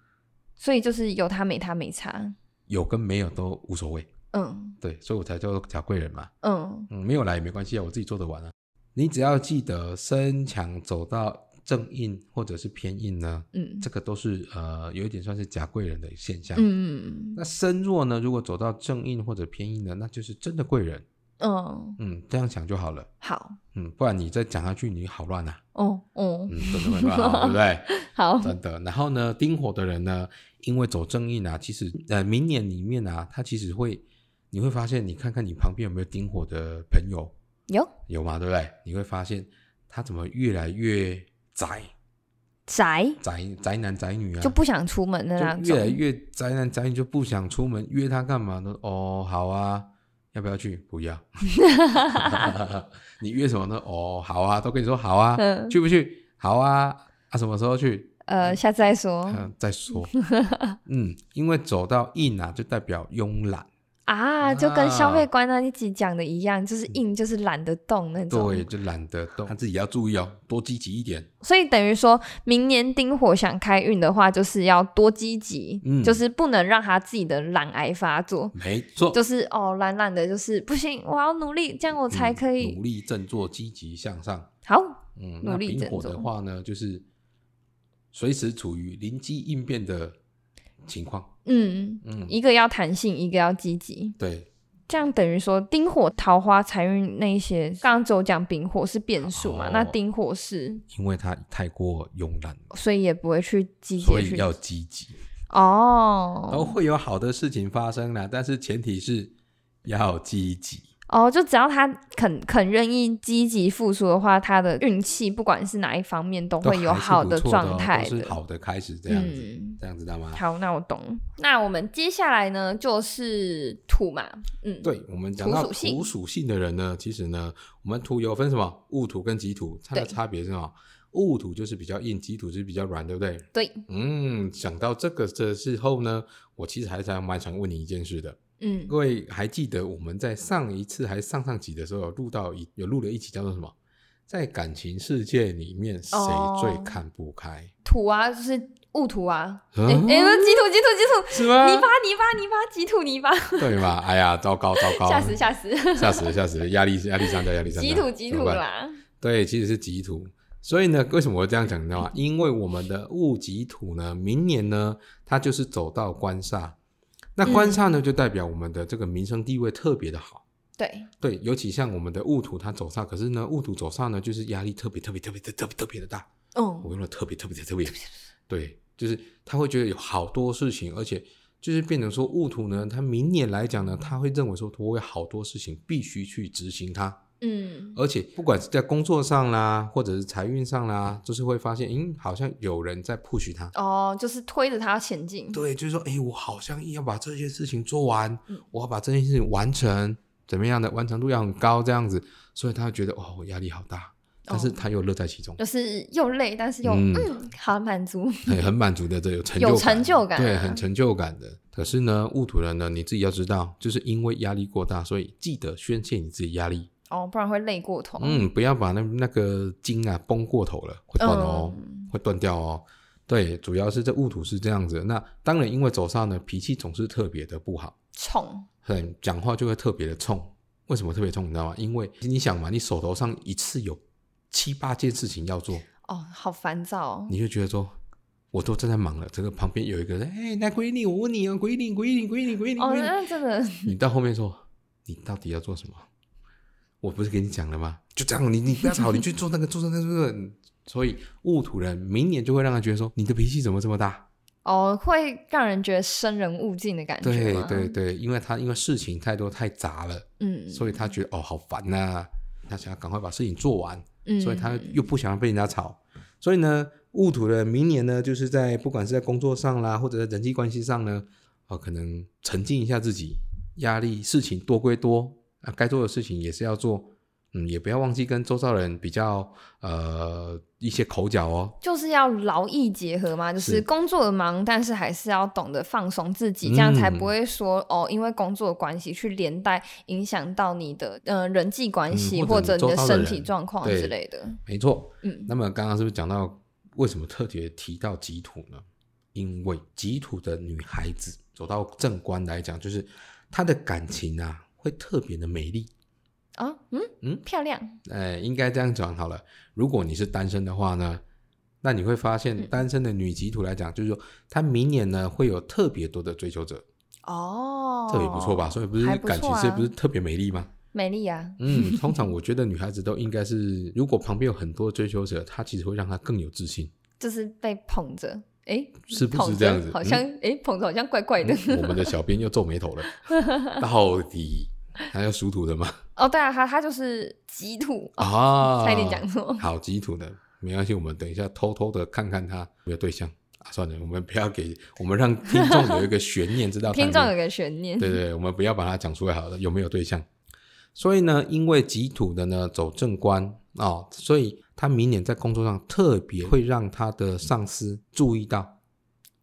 [SPEAKER 1] 所以就是有他没他没差。
[SPEAKER 2] 有跟没有都无所谓，
[SPEAKER 1] 嗯
[SPEAKER 2] 对，所以我才叫做假贵人嘛。
[SPEAKER 1] 嗯
[SPEAKER 2] 嗯，没有来也没关系啊，我自己做得完啊。你只要记得身强走到正印或者是偏印呢，
[SPEAKER 1] 嗯
[SPEAKER 2] 这个都是呃有一点算是假贵人的现象。
[SPEAKER 1] 嗯嗯
[SPEAKER 2] 那身弱呢？如果走到正印或者偏印呢，那就是真的贵人。
[SPEAKER 1] 嗯，
[SPEAKER 2] 嗯，这样想就好了。
[SPEAKER 1] 好，
[SPEAKER 2] 嗯，不然你再讲下去，你好乱啊。
[SPEAKER 1] 哦哦，
[SPEAKER 2] 嗯，真的会乱好，对不对？
[SPEAKER 1] 好，
[SPEAKER 2] 真的。然后呢，丁火的人呢，因为走正印啊，其实呃，明年里面啊，他其实会，你会发现，你看看你旁边有没有丁火的朋友，
[SPEAKER 1] 有，
[SPEAKER 2] 有嘛，对不对？你会发现他怎么越来越宅
[SPEAKER 1] 宅
[SPEAKER 2] 宅宅男宅女啊？
[SPEAKER 1] 就不想出门的那
[SPEAKER 2] 嗯就越来
[SPEAKER 1] 种。
[SPEAKER 2] 越宅男宅女就不想出门，约他干嘛呢？哦，好啊，要不要去？不要。 你约什么呢？哦，好啊，都跟你说好啊，
[SPEAKER 1] 嗯
[SPEAKER 2] 去不去？好啊，啊，什么时候去？
[SPEAKER 1] 呃，下次再说
[SPEAKER 2] 嗯、再 说。嗯，因为走到硬啊，就代表慵懒。
[SPEAKER 1] 啊，就跟消费观那一集讲的一样，就是硬，就是懒得动那种。
[SPEAKER 2] 对，就懒得动，他自己要注意哦，多积极一点。
[SPEAKER 1] 所以等于说明年丁火想开运的话，就是要多积极，
[SPEAKER 2] 嗯
[SPEAKER 1] 就是不能让他自己的懒癌发作，
[SPEAKER 2] 没错，
[SPEAKER 1] 就是哦懒懒的，就是不行，我要努力，这样我
[SPEAKER 2] 嗯
[SPEAKER 1] 才可以、
[SPEAKER 2] 努力振作，积极向上。
[SPEAKER 1] 好。
[SPEAKER 2] 嗯，
[SPEAKER 1] 努
[SPEAKER 2] 那
[SPEAKER 1] 力
[SPEAKER 2] 丙
[SPEAKER 1] 振
[SPEAKER 2] 火
[SPEAKER 1] 作
[SPEAKER 2] 的话呢，就是随时处于灵机应变的情况。
[SPEAKER 1] 嗯，
[SPEAKER 2] 嗯，
[SPEAKER 1] 一个要弹性，一个要积极，
[SPEAKER 2] 对，
[SPEAKER 1] 这样等于说丁火、桃花、财运那一些，刚刚只有讲丙火是变数嘛，
[SPEAKER 2] 哦
[SPEAKER 1] 那丁火是，
[SPEAKER 2] 因为他太过慵懒，
[SPEAKER 1] 所以也不会去积极
[SPEAKER 2] 所
[SPEAKER 1] 地
[SPEAKER 2] 以
[SPEAKER 1] 去
[SPEAKER 2] 要积极，都
[SPEAKER 1] 哦
[SPEAKER 2] 会有好的事情发生啦。但是前提是要积极。
[SPEAKER 1] 哦，就只要他肯肯愿意积极付出的话，他的运气不管是哪一方面都
[SPEAKER 2] 都
[SPEAKER 1] 会有
[SPEAKER 2] 还是
[SPEAKER 1] 好
[SPEAKER 2] 不
[SPEAKER 1] 的
[SPEAKER 2] 错
[SPEAKER 1] 状
[SPEAKER 2] 哦
[SPEAKER 1] 态的。
[SPEAKER 2] 都是好的开始这样子，
[SPEAKER 1] 嗯
[SPEAKER 2] 这样子知道吗？
[SPEAKER 1] 好，那我懂。那我们接下来呢，就是土嘛，嗯，
[SPEAKER 2] 对我们讲到
[SPEAKER 1] 土属性
[SPEAKER 2] 土属性的人呢，其实呢，我们土有分什么戊土跟己土，它的
[SPEAKER 1] 对
[SPEAKER 2] 差别是什么？戊土就是比较硬，己土是比较软，对不对？
[SPEAKER 1] 对，
[SPEAKER 2] 嗯，想到这个的时候呢，我其实还想蛮想问你一件事的。
[SPEAKER 1] 嗯，
[SPEAKER 2] 各位还记得我们在上一次还上上集的时候有录到一有录了一集叫做什么？在感情世界里面，谁最
[SPEAKER 1] 哦
[SPEAKER 2] 看不开？
[SPEAKER 1] 土啊，就是戊土啊，哎哎、
[SPEAKER 2] 嗯
[SPEAKER 1] 不是己土己土己
[SPEAKER 2] 是
[SPEAKER 1] 土，
[SPEAKER 2] 吗？
[SPEAKER 1] 泥巴泥巴泥巴己土泥巴，
[SPEAKER 2] 对吧？哎呀，糟糕糟糕，
[SPEAKER 1] 吓死吓死，
[SPEAKER 2] 吓死了吓死了，压力压力山大压力山大，
[SPEAKER 1] 己土己
[SPEAKER 2] 怎
[SPEAKER 1] 土
[SPEAKER 2] 么办
[SPEAKER 1] 啦，
[SPEAKER 2] 对，其实是己土。所以呢，为什么我这样讲你知道吗？因为我们的戊己土呢，明年呢，它就是走到官煞。那官煞呢，就代表我们的这个民生地位特别的好。
[SPEAKER 1] 对，
[SPEAKER 2] 对，尤其像我们的戊土，它走煞，可是呢，戊土走煞呢，就是压力特别特别特别特别特别特别的大。
[SPEAKER 1] 嗯
[SPEAKER 2] 我用了特别特别特别特别，对，就是他会觉得有好多事情，而且就是变成说戊土呢，他明年来讲呢，他会认为说我有好多事情必须去执行它，
[SPEAKER 1] 嗯，
[SPEAKER 2] 而且不管是在工作上啦，或者是财运上啦，就是会发现，嗯，好像有人在 push 他。
[SPEAKER 1] 哦，就是推着他前进，
[SPEAKER 2] 对，就是说，哎、我好像要把这件事情做完，
[SPEAKER 1] 嗯
[SPEAKER 2] 我要把这件事情完成，怎么样的完成度要很高，这样子，所以他会觉得哦，我压力好大，但是
[SPEAKER 1] 哦
[SPEAKER 2] 他又乐在其中，
[SPEAKER 1] 就是又累，但是又
[SPEAKER 2] 嗯
[SPEAKER 1] 嗯好满足。
[SPEAKER 2] 很很满足的，这有成就
[SPEAKER 1] 有成就感啊
[SPEAKER 2] 对，很成就感的。可是呢，戊土人呢，你自己要知道，就是因为压力过大，所以记得宣泄你自己压力，
[SPEAKER 1] 哦，不然会累过头。
[SPEAKER 2] 嗯，不要把那那个筋啊绷过头了，会断哦，
[SPEAKER 1] 嗯
[SPEAKER 2] 会断掉哦。对，主要是这戊土是这样子。那当然，因为走上呢，脾气总是特别的不好，
[SPEAKER 1] 冲
[SPEAKER 2] 很讲话就会特别的冲。为什么特别冲？你知道吗？因为你想嘛，你手头上一次有七八件事情要做，
[SPEAKER 1] 哦，好烦躁哦。
[SPEAKER 2] 你就觉得说，我都正在忙了，这个旁边有一个人，哎、那闺女，我问你啊，闺女，闺女，闺女，闺女，
[SPEAKER 1] 哦，
[SPEAKER 2] 闺女，
[SPEAKER 1] 那真的
[SPEAKER 2] 你到后面说，你到底要做什么？我不是跟你讲了吗？就这样，你你不要吵，你去做那个，做那个，做那个。所以戊土人明年就会让他觉得说，你的脾气怎么这么大？
[SPEAKER 1] 哦，会让人觉得生人勿近的感觉
[SPEAKER 2] 对
[SPEAKER 1] 吗。
[SPEAKER 2] 对对，因为他因为事情太多太杂了，
[SPEAKER 1] 嗯，
[SPEAKER 2] 所以他觉得哦好烦呐、他想要赶快把事情做完，
[SPEAKER 1] 以
[SPEAKER 2] 所以他又不想要被人家吵，所以呢，戊土的明年呢，就是在不管是在工作上啦，或者在人际关系上呢，啊、可能沉静一下自己，压力事情多归多，啊，该做的事情也是要做，嗯，也不要忘记跟周遭人比较呃一些口角哦，
[SPEAKER 1] 就是要劳逸结合嘛，就是
[SPEAKER 2] 是
[SPEAKER 1] 工作忙，但是还是要懂得放松自己，
[SPEAKER 2] 嗯
[SPEAKER 1] 这样才不会说哦，因为工作的关系去连带影响到你的呃人际关系、
[SPEAKER 2] 嗯
[SPEAKER 1] 或
[SPEAKER 2] 或
[SPEAKER 1] 者
[SPEAKER 2] 者
[SPEAKER 1] 你的
[SPEAKER 2] 你周遭的
[SPEAKER 1] 身
[SPEAKER 2] 人
[SPEAKER 1] 体状况
[SPEAKER 2] 对
[SPEAKER 1] 之类的。
[SPEAKER 2] 没错。
[SPEAKER 1] 嗯，
[SPEAKER 2] 那么刚刚是不是讲到为什么特别提到己土呢？因为己土的女孩子走到正官来讲，就是她的感情啊会特别的美丽。
[SPEAKER 1] 啊，嗯
[SPEAKER 2] 嗯
[SPEAKER 1] 漂亮，
[SPEAKER 2] 呃，应该这样讲好了。如果你是单身的话呢，那你会发现单身的女吉土来讲，就是说她明年呢会有特别多的追求者，
[SPEAKER 1] 哦，
[SPEAKER 2] 特别不错吧？所以不是
[SPEAKER 1] 还不
[SPEAKER 2] 感
[SPEAKER 1] 错
[SPEAKER 2] 情是
[SPEAKER 1] 啊
[SPEAKER 2] 不是特别美丽吗？
[SPEAKER 1] 美丽啊，
[SPEAKER 2] 嗯，通常我觉得女孩子都应该是，如果旁边有很多追求者，她其实会让她更有自信。
[SPEAKER 1] 就是被捧着，哎，
[SPEAKER 2] 是不
[SPEAKER 1] 捧
[SPEAKER 2] 是
[SPEAKER 1] 着
[SPEAKER 2] 这样子
[SPEAKER 1] 好
[SPEAKER 2] 嗯
[SPEAKER 1] 像哎、捧着好像怪怪的，
[SPEAKER 2] 我们的小编又皱眉头了，到底还有属土的吗？
[SPEAKER 1] 哦，对啊，他他就是极土，哦
[SPEAKER 2] 啊，
[SPEAKER 1] 差一点讲错。
[SPEAKER 2] 好基础的，没关系，我们等一下偷偷的看看他有没有对象啊。算了，我们不要给我们让听众有一个悬念，知道 他
[SPEAKER 1] 听
[SPEAKER 2] 有
[SPEAKER 1] 众
[SPEAKER 2] 没有
[SPEAKER 1] 有个悬念，
[SPEAKER 2] 对对，我们不要把它讲出来好了，有没有对象？所以呢，因为己土的呢走正官哦，所以他明年在工作上特别会让他的上司注意到，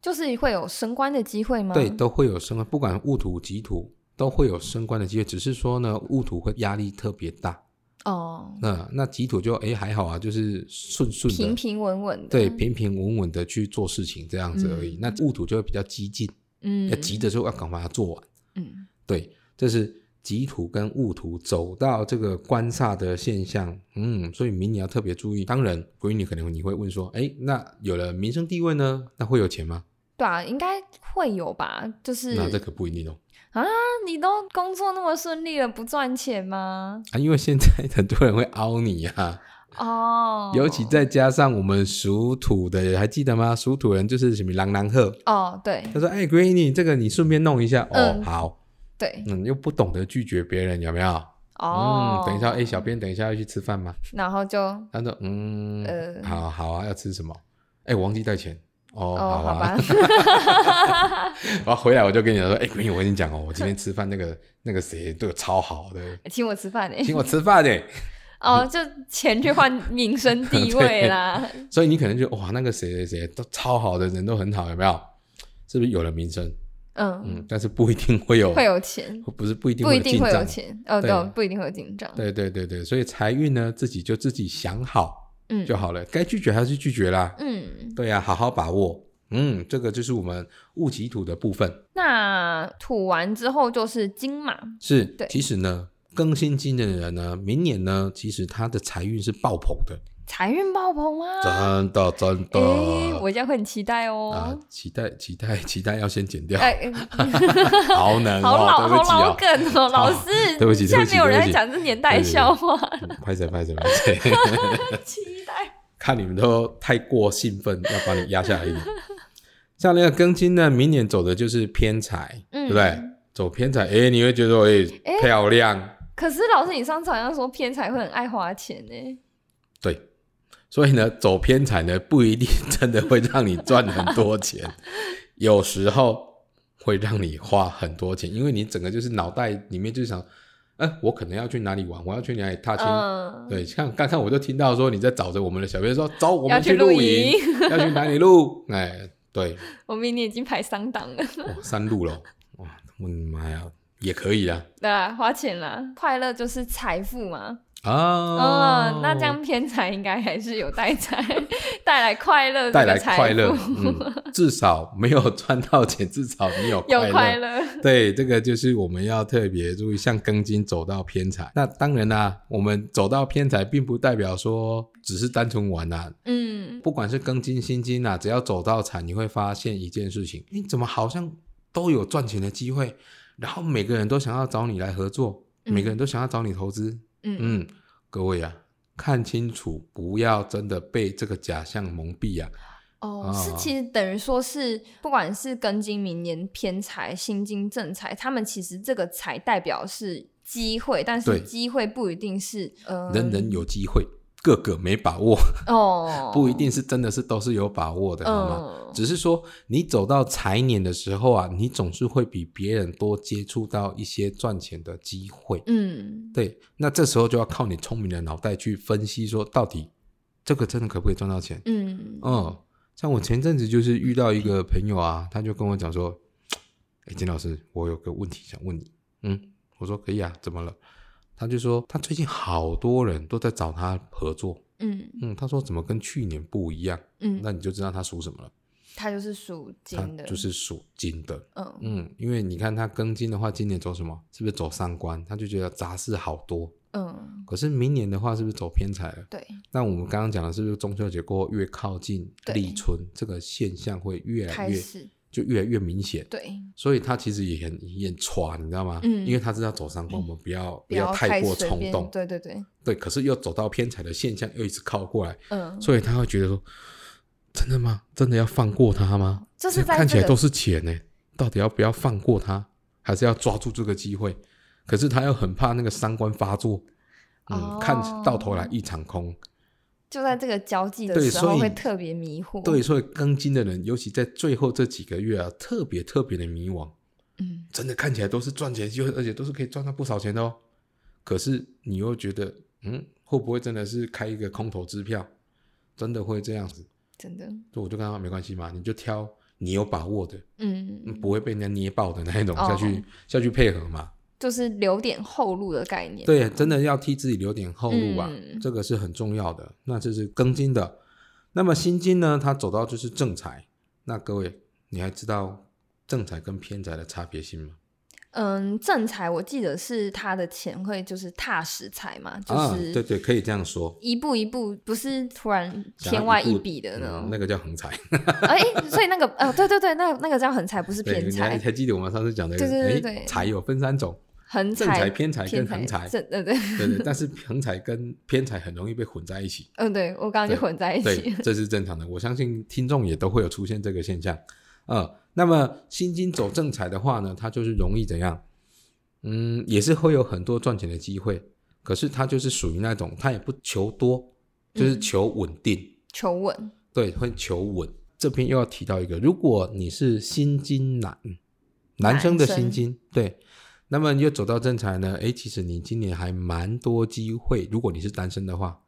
[SPEAKER 1] 就是会有升官的机会吗？
[SPEAKER 2] 对，都会有升官，不管戊土、己土都会有升官的机会，只是说呢，戊土会压力特别大，
[SPEAKER 1] 哦，
[SPEAKER 2] 那那己土就哎还好啊，就是顺顺的，
[SPEAKER 1] 平平稳稳的，
[SPEAKER 2] 对，平平稳稳的去做事情这样子而已。
[SPEAKER 1] 嗯
[SPEAKER 2] 那戊土就会比较激进，
[SPEAKER 1] 嗯
[SPEAKER 2] 要，急着说要赶快把它做完。
[SPEAKER 1] 嗯，
[SPEAKER 2] 对，这是己土跟戊土走到这个官煞的现象，嗯，所以明年要特别注意。当然，闺女可能你会问说，哎，那有了民生地位呢，那会有钱吗？
[SPEAKER 1] 对啊，应该会有吧？就是
[SPEAKER 2] 那这可不一定哦，
[SPEAKER 1] 那你都工作那么顺利了，不赚钱吗？
[SPEAKER 2] 啊，因为现在很多人会凹你呀、啊，
[SPEAKER 1] 哦，
[SPEAKER 2] 尤其再加上我们属土的，还记得吗？属土人就是什么狼狼鹤。
[SPEAKER 1] 哦，对
[SPEAKER 2] 他说：“哎、闺女，这个你顺便弄一下哦，
[SPEAKER 1] 嗯
[SPEAKER 2] 好，
[SPEAKER 1] 对
[SPEAKER 2] 嗯，又不懂得拒绝别人，有没有？
[SPEAKER 1] 哦
[SPEAKER 2] 嗯，，等一下，哎、小哦编，等一下要去吃饭吗？
[SPEAKER 1] 然后就
[SPEAKER 2] 他说，嗯，
[SPEAKER 1] 呃
[SPEAKER 2] 好好啊，要吃什么？哎、我忘记带钱。哦，
[SPEAKER 1] 哦，好 吧
[SPEAKER 2] 啊，，然后回来我就跟你讲说，哎、闺女，我跟你讲哦，我今天吃饭那个 那个谁对我超好的，
[SPEAKER 1] 请我吃饭哎，
[SPEAKER 2] 请我吃饭欸 呢。
[SPEAKER 1] 哦，就钱去换民生 地位啦，
[SPEAKER 2] 所以你可能就哇，那个谁谁谁都超好的人都很好，有没有？是不是有了名声？
[SPEAKER 1] 嗯，
[SPEAKER 2] 嗯，但是不一定会有，
[SPEAKER 1] 会有钱，
[SPEAKER 2] 不是不一定
[SPEAKER 1] 不
[SPEAKER 2] 会
[SPEAKER 1] 一
[SPEAKER 2] 有进
[SPEAKER 1] 定会有
[SPEAKER 2] 账。
[SPEAKER 1] 钱，哦，
[SPEAKER 2] 对
[SPEAKER 1] 对，不一定会有进账，
[SPEAKER 2] 对对对对，所以财运呢，自己就自己想好
[SPEAKER 1] 嗯
[SPEAKER 2] 就好了，该拒绝还是拒绝啦。
[SPEAKER 1] 嗯，
[SPEAKER 2] 对呀、好好把握。嗯，这个就是我们戊己土的部分。
[SPEAKER 1] 那吐完之后就是金马，
[SPEAKER 2] 是
[SPEAKER 1] 对，
[SPEAKER 2] 其实呢，更新金的人呢，明年呢，其实他的财运是爆棚的，
[SPEAKER 1] 财运爆棚啊！
[SPEAKER 2] 真的真的。
[SPEAKER 1] 诶我家会很期待
[SPEAKER 2] 呃啊
[SPEAKER 1] 哦。，
[SPEAKER 2] 期待期待期待要先剪 掉，
[SPEAKER 1] 哎、
[SPEAKER 2] 好难
[SPEAKER 1] 好
[SPEAKER 2] 哦，
[SPEAKER 1] 老、好
[SPEAKER 2] 对不起
[SPEAKER 1] 老
[SPEAKER 2] 哦，
[SPEAKER 1] 梗 哦，老师，
[SPEAKER 2] 对不起对
[SPEAKER 1] 现
[SPEAKER 2] 不起
[SPEAKER 1] 在没有人在讲这年代
[SPEAKER 2] 对不起
[SPEAKER 1] 笑话。
[SPEAKER 2] 嗯拍谁拍谁拍谁，
[SPEAKER 1] 期待，
[SPEAKER 2] 看你们都太过兴奋，要把你压下来一点。 像那个庚金呢，明年走的就是偏财，
[SPEAKER 1] 嗯
[SPEAKER 2] 对不对？走偏财，哎，你会觉得哎、
[SPEAKER 1] 哎
[SPEAKER 2] 漂亮，
[SPEAKER 1] 可是老师，你上次好像说偏财会很爱花钱呢。
[SPEAKER 2] 对，所以呢，走偏财呢，不一定真的会让你赚很多 钱，有时候会让你花很多钱，因为你整个就是脑袋里面就想，哎、我可能要去哪里玩，我要去哪里踏青。
[SPEAKER 1] 嗯，
[SPEAKER 2] 对，像刚刚我就听到说你在找着我们的小编说，走，我
[SPEAKER 1] 要
[SPEAKER 2] 们
[SPEAKER 1] 去
[SPEAKER 2] 露
[SPEAKER 1] 露营
[SPEAKER 2] 营， 要去哪里露？哎，对，
[SPEAKER 1] 我明年已经排三档了，
[SPEAKER 2] 哇，山路了，哇，我的妈呀，也可以啊啦。
[SPEAKER 1] 对啦，花钱啦，快乐就是财富嘛。
[SPEAKER 2] 啊、
[SPEAKER 1] 哦，那这样偏财应该还是有带财， 带来快乐，
[SPEAKER 2] 带来快乐，
[SPEAKER 1] 富，
[SPEAKER 2] 嗯，至少没有赚到钱，至少你有
[SPEAKER 1] 有
[SPEAKER 2] 快乐。
[SPEAKER 1] 快乐。
[SPEAKER 2] 对，这个就是我们要特别注意，像庚金走到偏财。那当然啦、我们走到偏财，并不代表说只是单纯玩呐、啊
[SPEAKER 1] 嗯，
[SPEAKER 2] 不管是庚金、辛金啊呐、只要走到财，你会发现一件事情：你怎么好像都有赚钱的机会，然后每个人都想要找你来合作，
[SPEAKER 1] 嗯
[SPEAKER 2] 每个人都想要找你投资。
[SPEAKER 1] 嗯
[SPEAKER 2] 嗯，各位啊，看清楚，不要真的被这个假象蒙蔽啊。
[SPEAKER 1] 哦，是
[SPEAKER 2] 啊
[SPEAKER 1] 其实等于说是，不管是庚金明年偏财、辛金正财，他们其实这个财代表是机会，但是
[SPEAKER 2] 对
[SPEAKER 1] 机会不一定是呃，
[SPEAKER 2] 人人有机会，个个没把握，
[SPEAKER 1] 哦，
[SPEAKER 2] 不一定是真的是都是有把握的，好吗？
[SPEAKER 1] 嗯，
[SPEAKER 2] 只是说你走到财年的时候啊，你总是会比别人多接触到一些赚钱的机会。
[SPEAKER 1] 嗯，
[SPEAKER 2] 对，那这时候就要靠你聪明的脑袋去分析，说到底这个真的可不可以赚到钱？
[SPEAKER 1] 嗯，
[SPEAKER 2] 嗯，像我前阵子就是遇到一个朋友啊，他就跟我讲说：“哎，金老师，我有个问题想问你。”嗯，我说可以啊，怎么了？他就说他最近好多人都在找他合作。
[SPEAKER 1] 嗯，
[SPEAKER 2] 嗯，他说怎么跟去年不一样？
[SPEAKER 1] 嗯，
[SPEAKER 2] 那你就知道他属什么了，
[SPEAKER 1] 它就是属
[SPEAKER 2] 他
[SPEAKER 1] 金的，
[SPEAKER 2] 就是属金的。
[SPEAKER 1] 嗯
[SPEAKER 2] 嗯，因为你看他庚金的话，今年走什么？是不是走三官？他就觉得杂事好多。
[SPEAKER 1] 嗯，
[SPEAKER 2] 可是明年的话，是不是走偏财了？
[SPEAKER 1] 对，
[SPEAKER 2] 那我们刚刚讲的是不是中秋节过后越靠近
[SPEAKER 1] 对
[SPEAKER 2] 立春，这个现象会越来
[SPEAKER 1] 开
[SPEAKER 2] 越
[SPEAKER 1] 始
[SPEAKER 2] 就越来越明显？
[SPEAKER 1] 对，
[SPEAKER 2] 所以他其实也很也很喘，你知道吗？
[SPEAKER 1] 嗯
[SPEAKER 2] 因为他知道走三官，我们不要不
[SPEAKER 1] 要
[SPEAKER 2] 要太过
[SPEAKER 1] 随
[SPEAKER 2] 冲
[SPEAKER 1] 便
[SPEAKER 2] 动，
[SPEAKER 1] 对对对，
[SPEAKER 2] 对。可是又走到偏财的现象，又一直靠过来，
[SPEAKER 1] 嗯，
[SPEAKER 2] 所以他会觉得说：真的吗？真的要放过他吗？
[SPEAKER 1] 就是
[SPEAKER 2] 这
[SPEAKER 1] 在
[SPEAKER 2] 看起
[SPEAKER 1] 这
[SPEAKER 2] 来
[SPEAKER 1] 个
[SPEAKER 2] 都是钱呢、到底要不要放过他，还是要抓住这个机会？可是他又很怕那个三观发作，嗯，
[SPEAKER 1] 哦
[SPEAKER 2] 看到头来一场空。
[SPEAKER 1] 就在这个交际的
[SPEAKER 2] 对
[SPEAKER 1] 时
[SPEAKER 2] 所
[SPEAKER 1] 候
[SPEAKER 2] 以
[SPEAKER 1] 会特别迷惑。
[SPEAKER 2] 对，，所以庚金的人，尤其在最后这几个月啊，特别特别的迷惘。
[SPEAKER 1] 嗯，
[SPEAKER 2] 真的看起来都是赚钱机会，而且都是可以赚到不少钱的哦。可是你又觉得，嗯，会不会真的是开一个空头支票？真的会这样子？
[SPEAKER 1] 真的，
[SPEAKER 2] 所以我就跟他说没关系嘛，你就挑你有把握的，
[SPEAKER 1] 嗯，
[SPEAKER 2] 不会被人家捏爆的那一种
[SPEAKER 1] 哦
[SPEAKER 2] 下去、下去配合嘛。
[SPEAKER 1] 就是留点后路的概念。，
[SPEAKER 2] 对，真的要替自己留点后路啊，
[SPEAKER 1] 嗯
[SPEAKER 2] 这个是很重要的。那这是庚金的，那么辛金呢，它走到就是正财。那各位，你还知道正财跟偏财的差别性吗？
[SPEAKER 1] 嗯，正财我记得是他的钱会就是踏实财嘛，就
[SPEAKER 2] 啊，对
[SPEAKER 1] 是
[SPEAKER 2] 对，可以这样说。
[SPEAKER 1] 一步一步，不是突然
[SPEAKER 2] 想
[SPEAKER 1] 天
[SPEAKER 2] 要
[SPEAKER 1] 外
[SPEAKER 2] 步
[SPEAKER 1] 一笔的那
[SPEAKER 2] 嗯
[SPEAKER 1] 种
[SPEAKER 2] 那。个叫横财。
[SPEAKER 1] 哎、所以那个呃，对对对，那那个叫横财，不是
[SPEAKER 2] 对，
[SPEAKER 1] 偏
[SPEAKER 2] 你还
[SPEAKER 1] 财，
[SPEAKER 2] 还记得我们上次讲的，
[SPEAKER 1] 对对对
[SPEAKER 2] 诶
[SPEAKER 1] 对对
[SPEAKER 2] 财有分三种，
[SPEAKER 1] 横
[SPEAKER 2] 正财、偏财跟横
[SPEAKER 1] 偏财，
[SPEAKER 2] 财，
[SPEAKER 1] 正呃对对，
[SPEAKER 2] 对对。但是横财跟偏财很容易被混在一起，
[SPEAKER 1] 嗯，对我刚刚就
[SPEAKER 2] 对
[SPEAKER 1] 混在一
[SPEAKER 2] 对
[SPEAKER 1] 起。，
[SPEAKER 2] 这是正常的。我相信听众也都会有出现这个现象。呃，那么心金走正财的话呢，它就是容易怎样？嗯，也是会有很多赚钱的机会，可是它就是属于那种，它也不求多，就是
[SPEAKER 1] 嗯
[SPEAKER 2] 求稳定。
[SPEAKER 1] 求稳，
[SPEAKER 2] 对，会求稳。这边又要提到一个，如果你是心金男，男生的心金，对，那么你又走到正财呢？诶，其实你今年还蛮多机会，如果你是单身的话，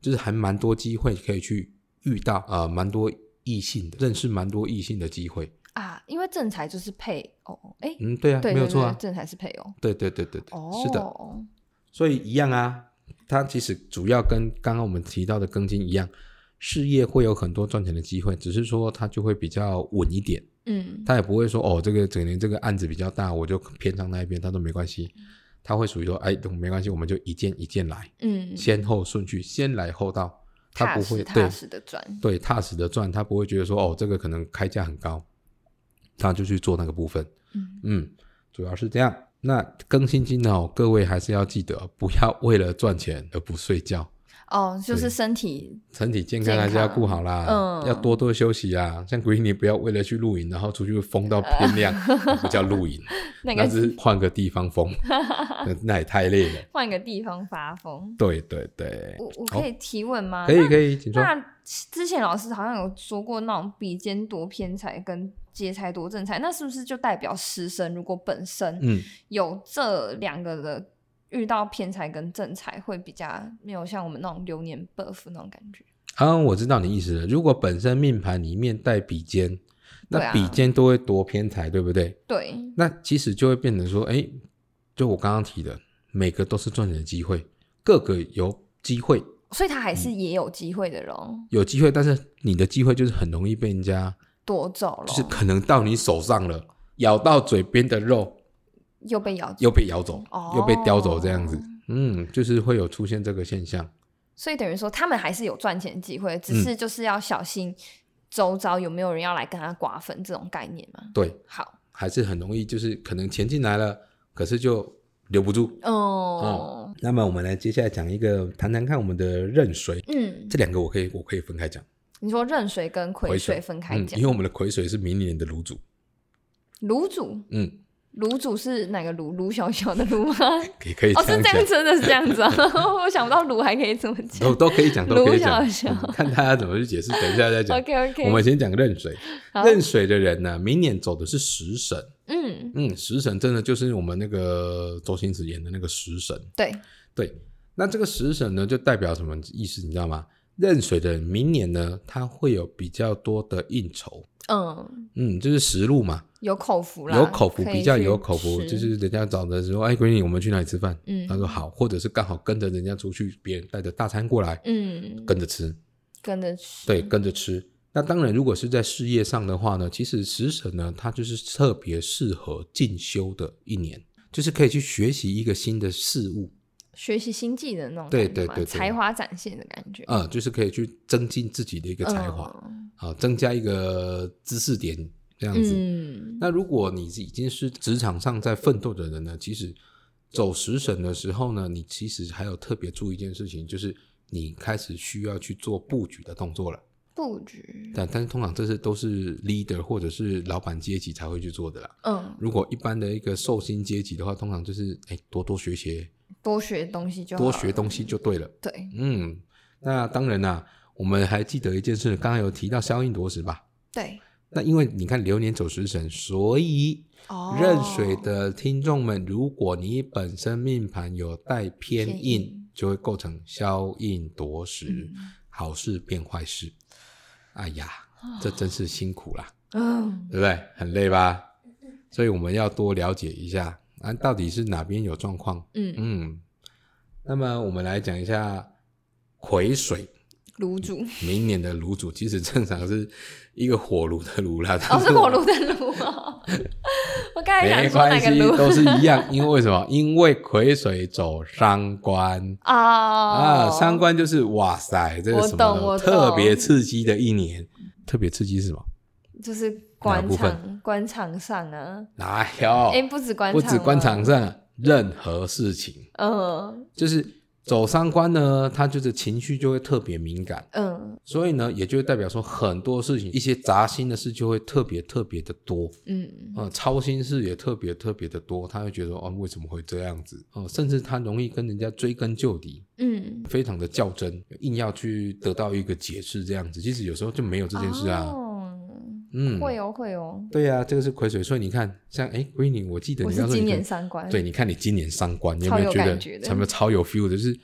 [SPEAKER 2] 就是还蛮多机会可以去遇到啊、呃蛮多异性的，认识蛮多异性的机会。
[SPEAKER 1] 啊，因为正财就是配偶，哎、
[SPEAKER 2] 嗯，对啊，
[SPEAKER 1] 对，
[SPEAKER 2] 没有
[SPEAKER 1] 对
[SPEAKER 2] 错
[SPEAKER 1] 对
[SPEAKER 2] 啊，
[SPEAKER 1] 正财是配偶，
[SPEAKER 2] 对对对对对，
[SPEAKER 1] 哦，
[SPEAKER 2] 是的。所以一样啊，它其实主要跟刚刚我们提到的庚金一样，事业会有很多赚钱的机会，只是说它就会比较稳一点，
[SPEAKER 1] 嗯，
[SPEAKER 2] 它也不会说哦，这个整年这个案子比较大，我就偏上那一边，它都没关系，它会属于说，哎，没关系，我们就一件一件来，
[SPEAKER 1] 嗯，
[SPEAKER 2] 先后顺序，先来后到，它
[SPEAKER 1] 踏
[SPEAKER 2] 不
[SPEAKER 1] 实
[SPEAKER 2] 会对
[SPEAKER 1] 踏实的赚，
[SPEAKER 2] 对踏实的赚，它不会觉得说哦，这个可能开价很高，它就去做那个部分。
[SPEAKER 1] 嗯，
[SPEAKER 2] 嗯，主要是这样。那更新金呢、哦，各位还是要记得，不要为了赚钱而不睡觉，
[SPEAKER 1] 哦，就
[SPEAKER 2] 对
[SPEAKER 1] 是身体，
[SPEAKER 2] 身体健康还是要顾好啦，
[SPEAKER 1] 健康嗯
[SPEAKER 2] 要多多休息啊。像鬼，你不要为了去露营，然后出去疯到
[SPEAKER 1] 呃
[SPEAKER 2] 天亮，那不叫露营，
[SPEAKER 1] 那
[SPEAKER 2] 那
[SPEAKER 1] 个
[SPEAKER 2] 只是换个地 方疯，那那也太累了。
[SPEAKER 1] 换个地方发疯。
[SPEAKER 2] 对对对，
[SPEAKER 1] 我我可以提问吗？
[SPEAKER 2] 可以可以，请说。
[SPEAKER 1] 那之前老师好像有说过那种比肩多偏财跟劫财多正财，那是不是就代表食神如果本身
[SPEAKER 2] 嗯，
[SPEAKER 1] 有这两个的遇到偏财跟正财会比较没有像我们那种流年 buff 那种感觉？
[SPEAKER 2] 啊，我知道你意思了。如果本身命盘里面带比肩，
[SPEAKER 1] 对
[SPEAKER 2] 那
[SPEAKER 1] 啊
[SPEAKER 2] 比肩都会多偏财，对不对？
[SPEAKER 1] 对，
[SPEAKER 2] 那其实就会变成说，哎，就我刚刚提的，每个都是赚钱的机会，各个有机会，
[SPEAKER 1] 所以他
[SPEAKER 2] 嗯
[SPEAKER 1] 还是也有机会的咯，
[SPEAKER 2] 有机会，但是你的机会就是很容易被人家，
[SPEAKER 1] 夺走了，
[SPEAKER 2] 就是可能到你手上了，咬到嘴边的肉
[SPEAKER 1] 又被咬走，
[SPEAKER 2] 又被咬走，
[SPEAKER 1] 哦
[SPEAKER 2] 又被叼走这样子，嗯，就是会有出现这个现象。
[SPEAKER 1] 所以等于说他们还是有赚钱机会，
[SPEAKER 2] 嗯
[SPEAKER 1] 只是就是要小心周遭有没有人要来跟他瓜分这种概念嘛。
[SPEAKER 2] 对，
[SPEAKER 1] 好，
[SPEAKER 2] 还是很容易，就是可能钱进来了，可是就留不住。
[SPEAKER 1] 哦，
[SPEAKER 2] 那么我们来接下来讲一个，谈谈看我们的壬水，
[SPEAKER 1] 嗯，
[SPEAKER 2] 这两个我可以我可以分开讲，
[SPEAKER 1] 你说壬水跟癸水分开
[SPEAKER 2] 嗯，
[SPEAKER 1] 讲
[SPEAKER 2] 因为，我们的癸水是明年的炉主，
[SPEAKER 1] 卤煮，
[SPEAKER 2] 嗯，
[SPEAKER 1] 卤煮是哪个卤？卤小小的卤吗？
[SPEAKER 2] 也可以
[SPEAKER 1] 哦，
[SPEAKER 2] 这
[SPEAKER 1] 是这
[SPEAKER 2] 样讲
[SPEAKER 1] 样，，真的是这样子啊！ 我想不到卤还可以这么讲
[SPEAKER 2] 都。都可以讲，都可以讲
[SPEAKER 1] 卢小，小
[SPEAKER 2] 嗯看大家怎么去解释，等一下再讲。
[SPEAKER 1] OK OK，
[SPEAKER 2] 我们先讲壬水，
[SPEAKER 1] 好
[SPEAKER 2] 壬水的人呢，明年走的是食神，
[SPEAKER 1] 嗯，
[SPEAKER 2] 嗯，食神真的就是我们那个周星驰演的那个食神，
[SPEAKER 1] 对，
[SPEAKER 2] 对。那这个食神呢，就代表什么意思？你知道吗？壬水的人明年呢，他会有比较多的应酬，
[SPEAKER 1] 嗯，
[SPEAKER 2] 嗯，就是食禄嘛，
[SPEAKER 1] 有口福啦，
[SPEAKER 2] 有口福，
[SPEAKER 1] 可以
[SPEAKER 2] 比较
[SPEAKER 1] 去
[SPEAKER 2] 有口福，
[SPEAKER 1] 吃
[SPEAKER 2] 就是人家找的时候，哎，闺女，我们去哪里吃饭？
[SPEAKER 1] 嗯
[SPEAKER 2] 他说好，或者是刚好跟着人家出去，别人带着大餐过来，
[SPEAKER 1] 嗯，
[SPEAKER 2] 跟着吃，
[SPEAKER 1] 跟着吃，
[SPEAKER 2] 对，跟着吃。那当然，如果是在事业上的话呢，其实食神呢，它就是特别适合进修的一年，就是可以去学习一个新的事物，
[SPEAKER 1] 学习心计的那种
[SPEAKER 2] 对
[SPEAKER 1] 感觉
[SPEAKER 2] 对
[SPEAKER 1] 嘛
[SPEAKER 2] 对对
[SPEAKER 1] 才华展现的感觉，
[SPEAKER 2] 啊、就是可以去增进自己的一个才华，啊、
[SPEAKER 1] 嗯
[SPEAKER 2] 增加一个知识点这样子。
[SPEAKER 1] 嗯，
[SPEAKER 2] 那如果你已经是职场上在奋斗的人呢，其实走食神的时候呢，你其实还有特别注意一件事情，就是你开始需要去做布局的动作了。
[SPEAKER 1] 布局，
[SPEAKER 2] 但但是通常这是都是 leader 或者是老板阶级才会去做的啦。
[SPEAKER 1] 嗯，
[SPEAKER 2] 如果一般的一个寿星阶级的话，通常就是哎多多学学，
[SPEAKER 1] 多学东西就好
[SPEAKER 2] 多
[SPEAKER 1] 了
[SPEAKER 2] 学东西就对了。
[SPEAKER 1] 对
[SPEAKER 2] 嗯，那当然啦、我们还记得一件事，刚刚有提到相应夺食吧？
[SPEAKER 1] 对
[SPEAKER 2] 那因为你看流年走食神，所以
[SPEAKER 1] 哦，
[SPEAKER 2] 壬水的听众们，如果你本身命盘有带偏
[SPEAKER 1] 偏
[SPEAKER 2] 印
[SPEAKER 1] 印，
[SPEAKER 2] 就会构成消印夺食，
[SPEAKER 1] 嗯
[SPEAKER 2] 好事变坏事。哎呀，
[SPEAKER 1] 啊
[SPEAKER 2] 这真是辛苦啦，
[SPEAKER 1] 嗯
[SPEAKER 2] 对不对？很累吧？所以我们要多了解一下，啊，到底是哪边有状况？
[SPEAKER 1] 嗯，
[SPEAKER 2] 嗯，那么我们来讲一下癸水，
[SPEAKER 1] 炉 主
[SPEAKER 2] 明年的炉主其实正常是一个火炉的炉啦，
[SPEAKER 1] 哦
[SPEAKER 2] 但
[SPEAKER 1] 是火炉的炉哦， 我刚才
[SPEAKER 2] 没
[SPEAKER 1] 想说
[SPEAKER 2] 关
[SPEAKER 1] 哪个哦
[SPEAKER 2] 系，
[SPEAKER 1] 炉
[SPEAKER 2] 都是 一样。因为什么？ 因为癸水走伤官、
[SPEAKER 1] 哦
[SPEAKER 2] 啊，
[SPEAKER 1] 啊
[SPEAKER 2] 伤官就是哇塞，这
[SPEAKER 1] 我
[SPEAKER 2] 是什么
[SPEAKER 1] 懂我
[SPEAKER 2] 呢
[SPEAKER 1] 懂
[SPEAKER 2] 特别刺激的一年？特别刺激是什么？
[SPEAKER 1] 就是官
[SPEAKER 2] 部分
[SPEAKER 1] 场官场上啊，
[SPEAKER 2] 哪
[SPEAKER 1] 哎
[SPEAKER 2] 有？
[SPEAKER 1] 不止官
[SPEAKER 2] 不
[SPEAKER 1] 场，
[SPEAKER 2] 止官场，上任何事情，
[SPEAKER 1] 嗯
[SPEAKER 2] 就是走伤官呢，他就是情绪就会特别敏感。
[SPEAKER 1] 嗯
[SPEAKER 2] 所以呢，也就代表说很多事情，一些杂心的事就会特别特别的多，
[SPEAKER 1] 嗯
[SPEAKER 2] 呃，操心事也特别特别的多，他会觉得哦，为什么会这样子？哦、甚至他容易跟人家追根究底，
[SPEAKER 1] 嗯，
[SPEAKER 2] 非常的较真，硬要去得到一个解释这样子。其实有时候就没有这件事啊，
[SPEAKER 1] 哦
[SPEAKER 2] 嗯，
[SPEAKER 1] 会哦会哦，
[SPEAKER 2] 对呀、这个是癸水，所以你看，像哎，闺女，我记得
[SPEAKER 1] 我
[SPEAKER 2] 你
[SPEAKER 1] 是
[SPEAKER 2] 刚说
[SPEAKER 1] 今
[SPEAKER 2] 你
[SPEAKER 1] 年
[SPEAKER 2] 跟
[SPEAKER 1] 三观，
[SPEAKER 2] 对，你看你今年伤官，你有
[SPEAKER 1] 超
[SPEAKER 2] 没
[SPEAKER 1] 有
[SPEAKER 2] 觉得
[SPEAKER 1] 感觉的
[SPEAKER 2] 有没有超有 feel 的？就是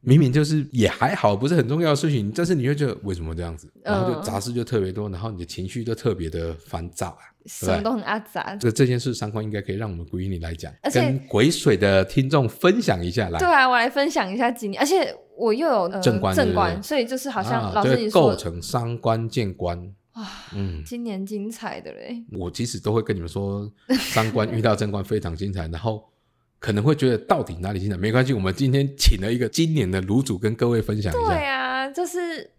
[SPEAKER 2] 明明就是也还好，不是很重要的事情，但是你会觉得为什么这样子？然后就
[SPEAKER 1] 嗯
[SPEAKER 2] 杂事就特别多，然后你的情绪就特别的烦躁啊。
[SPEAKER 1] 什么都很阿杂，
[SPEAKER 2] 这这件事，三观应该可以让我们闺女来讲，
[SPEAKER 1] 而且
[SPEAKER 2] 跟癸水的听众分享一下来。
[SPEAKER 1] 对啊，我来分享一下今年，而且我又有呃
[SPEAKER 2] 正官对不对
[SPEAKER 1] 所以就是好像
[SPEAKER 2] 啊
[SPEAKER 1] 老师
[SPEAKER 2] 这
[SPEAKER 1] 你
[SPEAKER 2] 个
[SPEAKER 1] 说
[SPEAKER 2] 构成伤官见官。
[SPEAKER 1] 哇，
[SPEAKER 2] 嗯，
[SPEAKER 1] 今年精彩的嘞，
[SPEAKER 2] 我其实都会跟你们说，三观遇到正官非常精彩，然后可能会觉得到底哪里精彩，没关系，我们今天请了一个今年的卤主跟各位分享一
[SPEAKER 1] 对
[SPEAKER 2] 下。
[SPEAKER 1] 啊，就是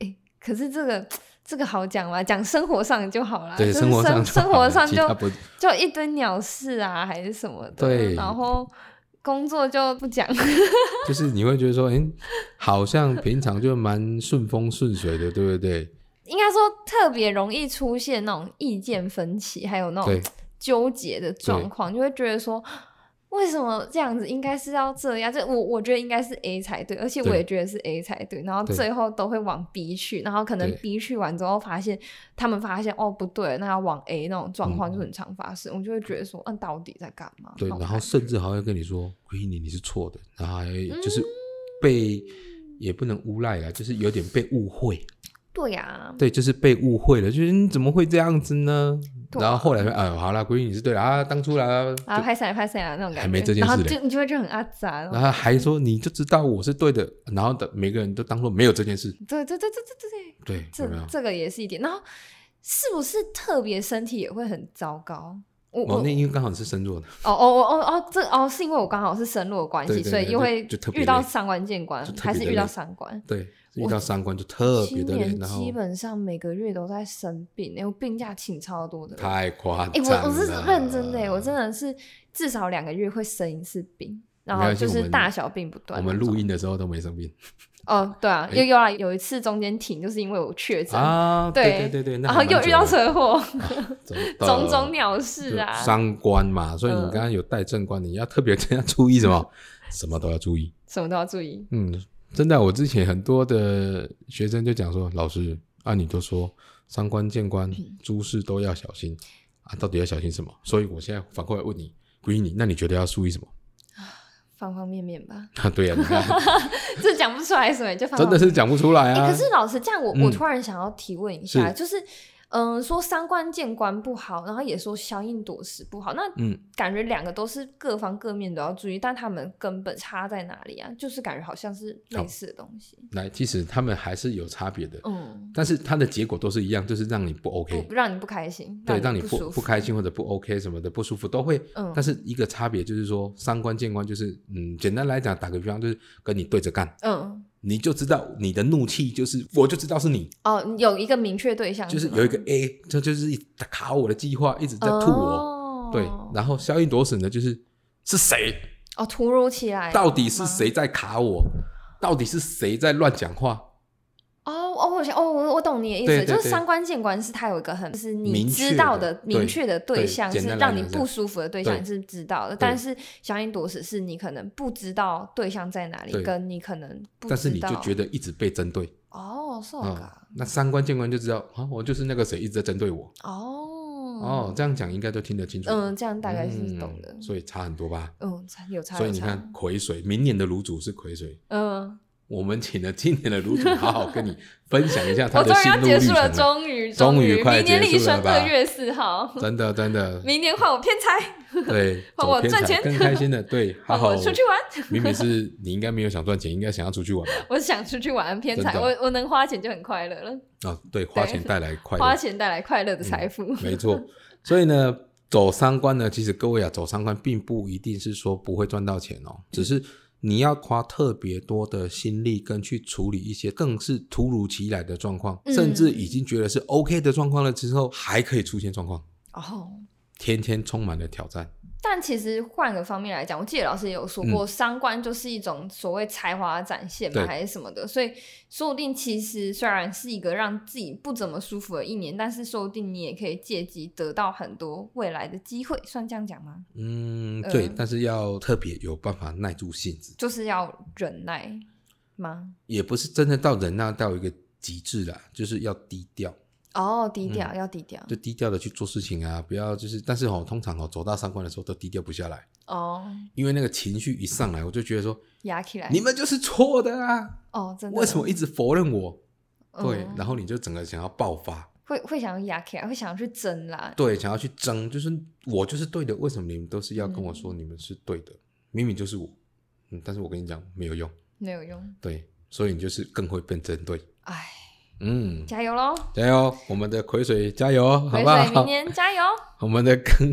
[SPEAKER 1] 哎，可是这个这个好讲吗？讲生活上就好啦，啊
[SPEAKER 2] 对，
[SPEAKER 1] 就是
[SPEAKER 2] 生活上
[SPEAKER 1] 生
[SPEAKER 2] 就好
[SPEAKER 1] 生活上
[SPEAKER 2] 其他
[SPEAKER 1] 就
[SPEAKER 2] 不
[SPEAKER 1] 就一堆鸟事啊，还是什么的，
[SPEAKER 2] 对
[SPEAKER 1] 然后工作就不讲，
[SPEAKER 2] 就是你会觉得说，哎、好像平常就蛮顺风顺水的，对不对？
[SPEAKER 1] 应该说特别容易出现那种意见分歧，还有那种
[SPEAKER 2] 对，
[SPEAKER 1] 纠结的状况，就会觉得说。为什么这样子？应该是要这样，就我我觉得应该是 A 才对，而且
[SPEAKER 2] 对
[SPEAKER 1] 我也觉得是 A 才对，然后
[SPEAKER 2] 对
[SPEAKER 1] 最后都会往 B 去，然后可能
[SPEAKER 2] 对
[SPEAKER 1] B 去完之后发现他们发现哦不对，那要往 A 那种状况
[SPEAKER 2] 嗯
[SPEAKER 1] 就很常发生，我就会觉得说，嗯、到底在干嘛？
[SPEAKER 2] 对，
[SPEAKER 1] 那种
[SPEAKER 2] 然后
[SPEAKER 1] 感觉
[SPEAKER 2] 甚至还会跟你说，闺女你是错的，然后还
[SPEAKER 1] 嗯
[SPEAKER 2] 就是被、也不能诬赖啦，就是有点被误会。
[SPEAKER 1] 对啊呀、
[SPEAKER 2] 对，就是被误会了，就是你怎么会这样子呢？
[SPEAKER 1] 对
[SPEAKER 2] 然后后来说，哎呦，好啦，闺女你是对的啊，当初啦，
[SPEAKER 1] 啊，拍谁拍谁啊那种感觉，
[SPEAKER 2] 还没这件事
[SPEAKER 1] 然后
[SPEAKER 2] 嘞
[SPEAKER 1] 就你就会觉得很阿杂，然后
[SPEAKER 2] 然后还说你就知道我是对的，然后的每个人都当做没有这件事，
[SPEAKER 1] 对对对对对对
[SPEAKER 2] 对，啊有没
[SPEAKER 1] 对，
[SPEAKER 2] 有
[SPEAKER 1] 这？这个也是一点，然后是不是特别身体也会很糟糕？我
[SPEAKER 2] 哦
[SPEAKER 1] 我，
[SPEAKER 2] 那因为刚好是深弱的，
[SPEAKER 1] 哦哦哦哦哦，这哦是因为我刚好是深入的关系，
[SPEAKER 2] 对对对
[SPEAKER 1] 所以又会
[SPEAKER 2] 就就特别
[SPEAKER 1] 遇到
[SPEAKER 2] 累
[SPEAKER 1] 三关见关
[SPEAKER 2] 就，特别
[SPEAKER 1] 还是
[SPEAKER 2] 的
[SPEAKER 1] 遇到
[SPEAKER 2] 累
[SPEAKER 1] 三关。
[SPEAKER 2] 对，遇
[SPEAKER 1] 我
[SPEAKER 2] 到三观就特别
[SPEAKER 1] 今
[SPEAKER 2] 的累，
[SPEAKER 1] 年
[SPEAKER 2] 然后
[SPEAKER 1] 基本上每个月都在生病，哎，我病假请超多的。
[SPEAKER 2] 太夸
[SPEAKER 1] 哎，
[SPEAKER 2] 张了。
[SPEAKER 1] 我我是认真的，我真
[SPEAKER 2] 的。
[SPEAKER 1] 的是至少两个月会生一次病，然
[SPEAKER 2] 没
[SPEAKER 1] 后
[SPEAKER 2] 关系
[SPEAKER 1] 就
[SPEAKER 2] 我
[SPEAKER 1] 是
[SPEAKER 2] 们
[SPEAKER 1] 大小病不断
[SPEAKER 2] 我
[SPEAKER 1] 那种。
[SPEAKER 2] 们录音的时候都没生病
[SPEAKER 1] 哦，对啊，
[SPEAKER 2] 哎
[SPEAKER 1] 又有啊，有一次中间停，就是因为我确诊，
[SPEAKER 2] 啊，对
[SPEAKER 1] 对
[SPEAKER 2] 对对，那
[SPEAKER 1] 然后
[SPEAKER 2] 还蛮
[SPEAKER 1] 又
[SPEAKER 2] 久
[SPEAKER 1] 遇到
[SPEAKER 2] 的
[SPEAKER 1] 车祸，
[SPEAKER 2] 真的
[SPEAKER 1] 种种鸟事
[SPEAKER 2] 就
[SPEAKER 1] 啊。
[SPEAKER 2] 伤官嘛，所以你
[SPEAKER 1] 嗯
[SPEAKER 2] 刚刚有带正官，你要特别要注意 什么？什么都要注意。
[SPEAKER 1] 什么都要注意。
[SPEAKER 2] 嗯，真的，我之前很多的学生就讲说，老师，按理都说伤官见官，诸事都要小
[SPEAKER 1] 嗯
[SPEAKER 2] 心啊，到底要小心什么？所以我现在反过来问你，闺女，那你觉得要注意什么？
[SPEAKER 1] 方方面面吧，
[SPEAKER 2] 啊，对呀、你 看
[SPEAKER 1] 这讲不出来什么，就方
[SPEAKER 2] 真
[SPEAKER 1] 方
[SPEAKER 2] 的是讲不出来
[SPEAKER 1] 哎、
[SPEAKER 2] 啊。
[SPEAKER 1] 可是老师，这样我、
[SPEAKER 2] 嗯
[SPEAKER 1] 我突然想要提问一下，
[SPEAKER 2] 是
[SPEAKER 1] 就是嗯、说三观见官不好，然后也说相应躲食不好，那
[SPEAKER 2] 嗯，
[SPEAKER 1] 感觉两个都是各方各面都要注意，但他们根本差在哪里啊？就是感觉好像是
[SPEAKER 2] 哦
[SPEAKER 1] 类似的东西，
[SPEAKER 2] 来，其实他们还是有差别的，
[SPEAKER 1] 嗯，
[SPEAKER 2] 但是它的结果都是一样，就是让你不 OK。
[SPEAKER 1] 不不让你不开心，
[SPEAKER 2] 对，让
[SPEAKER 1] 你
[SPEAKER 2] 你
[SPEAKER 1] 不
[SPEAKER 2] 不
[SPEAKER 1] 舒服
[SPEAKER 2] 开心或者不 OK 什么的不舒服都会，
[SPEAKER 1] 嗯
[SPEAKER 2] 但是一个差别就是说三观见官就是，嗯，简单来讲，打个比方就是跟你对着干，
[SPEAKER 1] 嗯，
[SPEAKER 2] 你就知道你的怒气就是，我就知道是你，
[SPEAKER 1] 哦，有一个明确对象吗，
[SPEAKER 2] 就是有一个 A，这就是一直在卡我的计划，一直在吐我，
[SPEAKER 1] 哦、
[SPEAKER 2] 对，然后消应夺死呢，就是是谁，
[SPEAKER 1] 哦，突如其来，
[SPEAKER 2] 到底是谁在卡我，到底是谁在乱讲话，
[SPEAKER 1] 哦，哦，我想哦，我我懂你的意思，
[SPEAKER 2] 对
[SPEAKER 1] 就
[SPEAKER 2] 对
[SPEAKER 1] 是
[SPEAKER 2] 对
[SPEAKER 1] 三观见观是它有一个很就是你
[SPEAKER 2] 明
[SPEAKER 1] 知
[SPEAKER 2] 确
[SPEAKER 1] 道
[SPEAKER 2] 的
[SPEAKER 1] 的明
[SPEAKER 2] 对
[SPEAKER 1] 确的对
[SPEAKER 2] 对
[SPEAKER 1] 象，
[SPEAKER 2] 简
[SPEAKER 1] 是
[SPEAKER 2] 单来
[SPEAKER 1] 让你
[SPEAKER 2] 讲是
[SPEAKER 1] 不舒服的对象
[SPEAKER 2] 对
[SPEAKER 1] 你是知道的，但是小心躲死是你可能不知道对象在哪里，
[SPEAKER 2] 对
[SPEAKER 1] 跟你可能不知道，
[SPEAKER 2] 但是你就觉得一直被针对
[SPEAKER 1] 哦，是
[SPEAKER 2] 啊、
[SPEAKER 1] 啊，
[SPEAKER 2] 那三观见官就知道啊，我就是那个谁一直在针对我
[SPEAKER 1] 哦
[SPEAKER 2] 哦，，这样讲应该都听得清楚，
[SPEAKER 1] 嗯，这样大概是懂的
[SPEAKER 2] 嗯，所以差很多吧。
[SPEAKER 1] 嗯，差有差，
[SPEAKER 2] 所以
[SPEAKER 1] 有
[SPEAKER 2] 你
[SPEAKER 1] 差，
[SPEAKER 2] 看癸水，明年的炉主是癸水，
[SPEAKER 1] 嗯，
[SPEAKER 2] 我们请了今年的炉 主好好跟你分享一下他
[SPEAKER 1] 我
[SPEAKER 2] 的
[SPEAKER 1] 终于
[SPEAKER 2] 心
[SPEAKER 1] 要
[SPEAKER 2] 路历
[SPEAKER 1] 结束
[SPEAKER 2] 程
[SPEAKER 1] 了，
[SPEAKER 2] 了。
[SPEAKER 1] 终于
[SPEAKER 2] 终于快
[SPEAKER 1] 明年
[SPEAKER 2] 结
[SPEAKER 1] 立
[SPEAKER 2] 束了
[SPEAKER 1] 春
[SPEAKER 2] 吧
[SPEAKER 1] 二月四号，
[SPEAKER 2] 真的真的，
[SPEAKER 1] 明年换我偏财，
[SPEAKER 2] 对，
[SPEAKER 1] 换
[SPEAKER 2] 走
[SPEAKER 1] 我
[SPEAKER 2] 偏
[SPEAKER 1] 赚
[SPEAKER 2] 财
[SPEAKER 1] 钱
[SPEAKER 2] 更开心的， 对，好
[SPEAKER 1] 换
[SPEAKER 2] 好
[SPEAKER 1] 我出去玩。
[SPEAKER 2] 明明是你应该没有想赚钱，应该想要出去玩吧？
[SPEAKER 1] 我想出去玩偏财，
[SPEAKER 2] 真的
[SPEAKER 1] 我我能花钱就很快乐了，
[SPEAKER 2] 啊，对，花钱带来快
[SPEAKER 1] 花
[SPEAKER 2] 乐，嗯
[SPEAKER 1] 钱带来快乐的财富。
[SPEAKER 2] 没错。所以呢，走三关呢，其实各位啊，走三关并不一定是说不会赚到钱哦，只是你要花特别多的心力跟去处理一些更是突如其来的状况，
[SPEAKER 1] 嗯
[SPEAKER 2] 甚至已经觉得是 OK 的状况了之后，还可以出现状况，
[SPEAKER 1] 哦，
[SPEAKER 2] 天天充满了挑战。
[SPEAKER 1] 但其实换个方面来讲，我记得老师也有说过，三观就是一种所谓才华的展现嘛，
[SPEAKER 2] 嗯对
[SPEAKER 1] 还是什么的，所以说不定其实虽然是一个让自己不怎么舒服的一年，但是说不定你也可以借机得到很多未来的机会，算这样讲吗？
[SPEAKER 2] 嗯，对，
[SPEAKER 1] 嗯
[SPEAKER 2] 但是要特别有办法耐住性子，
[SPEAKER 1] 就是要忍耐吗？
[SPEAKER 2] 也不是真的到忍耐到一个极致啦，就是要低调。
[SPEAKER 1] 哦，低调、
[SPEAKER 2] 嗯
[SPEAKER 1] 要低调
[SPEAKER 2] 就低调的去做事情啊，不要就是，但是哦，通常哦，走到三关的时候都低调不下来，
[SPEAKER 1] 哦，
[SPEAKER 2] 因为那个情绪一上来，我就觉得说
[SPEAKER 1] 压起来
[SPEAKER 2] 你们就是错的啊，
[SPEAKER 1] 哦，真的
[SPEAKER 2] 为什么一直否认我？
[SPEAKER 1] 嗯
[SPEAKER 2] 对，然后你就整个想要爆发，
[SPEAKER 1] 会会想要压起来，会想要去争啦？
[SPEAKER 2] 对，想要去争，就是我就是对的，为什么你们都是要跟我说
[SPEAKER 1] 嗯
[SPEAKER 2] 你们是对的？明明就是我，嗯，但是我跟你讲没有用，
[SPEAKER 1] 没有用，
[SPEAKER 2] 对，所以你就是更会被针对，
[SPEAKER 1] 哎，
[SPEAKER 2] 嗯，
[SPEAKER 1] 加油喽！
[SPEAKER 2] 加油，我们的癸水加油，好
[SPEAKER 1] 癸
[SPEAKER 2] 不
[SPEAKER 1] 水明
[SPEAKER 2] 好？
[SPEAKER 1] 年加油！
[SPEAKER 2] 我们的 庚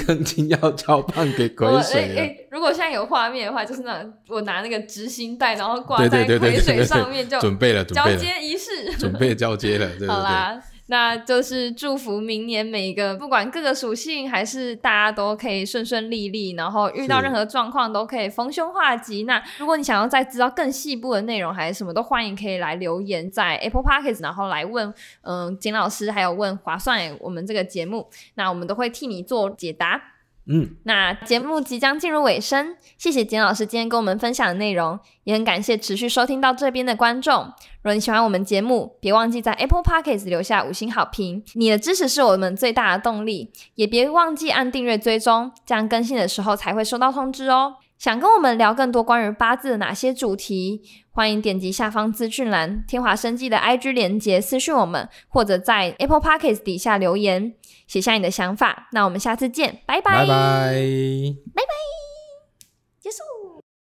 [SPEAKER 2] 庚金要交棒给癸
[SPEAKER 1] 我
[SPEAKER 2] 水了。
[SPEAKER 1] 哎，如果现在有画面的话，就是那种我拿那个执行带，然后挂在
[SPEAKER 2] 对对对
[SPEAKER 1] 癸
[SPEAKER 2] 对对
[SPEAKER 1] 水
[SPEAKER 2] 对
[SPEAKER 1] 上面，就
[SPEAKER 2] 准备了，准
[SPEAKER 1] 交
[SPEAKER 2] 备了，
[SPEAKER 1] 接仪式。
[SPEAKER 2] 准备交接了，对对
[SPEAKER 1] 好
[SPEAKER 2] 对，
[SPEAKER 1] 啦，那就是祝福明年每一个，不管各个属性，还是大家都可以顺顺利利，然后遇到
[SPEAKER 2] 是
[SPEAKER 1] 任何状况都可以逢凶化吉。那如果你想要再知道更细部的内容还是什么，都欢迎可以来留言在 Apple p o c k e t 然后来问，嗯，景老师还有问划算欸我们这个节目，那我们都会替你做解答。
[SPEAKER 2] 嗯，
[SPEAKER 1] 那节目即将进入尾声，谢谢简老师今天跟我们分享的内容，也很感谢持续收听到这边的观众。如果你喜欢我们节目，别忘记在 Apple Podcast 留下五星好评，你的支持是我们最大的动力。也别忘记按订阅追踪，这样更新的时候才会收到通知哦。想跟我们聊更多关于八字的哪些主题，欢迎点击下方资讯栏“天华生技”的 IG 连接私讯我们，或者在 Apple Podcast 底下留言，写下你的想法。那我们下次见，
[SPEAKER 2] 拜
[SPEAKER 1] 拜
[SPEAKER 2] 拜。
[SPEAKER 1] 拜。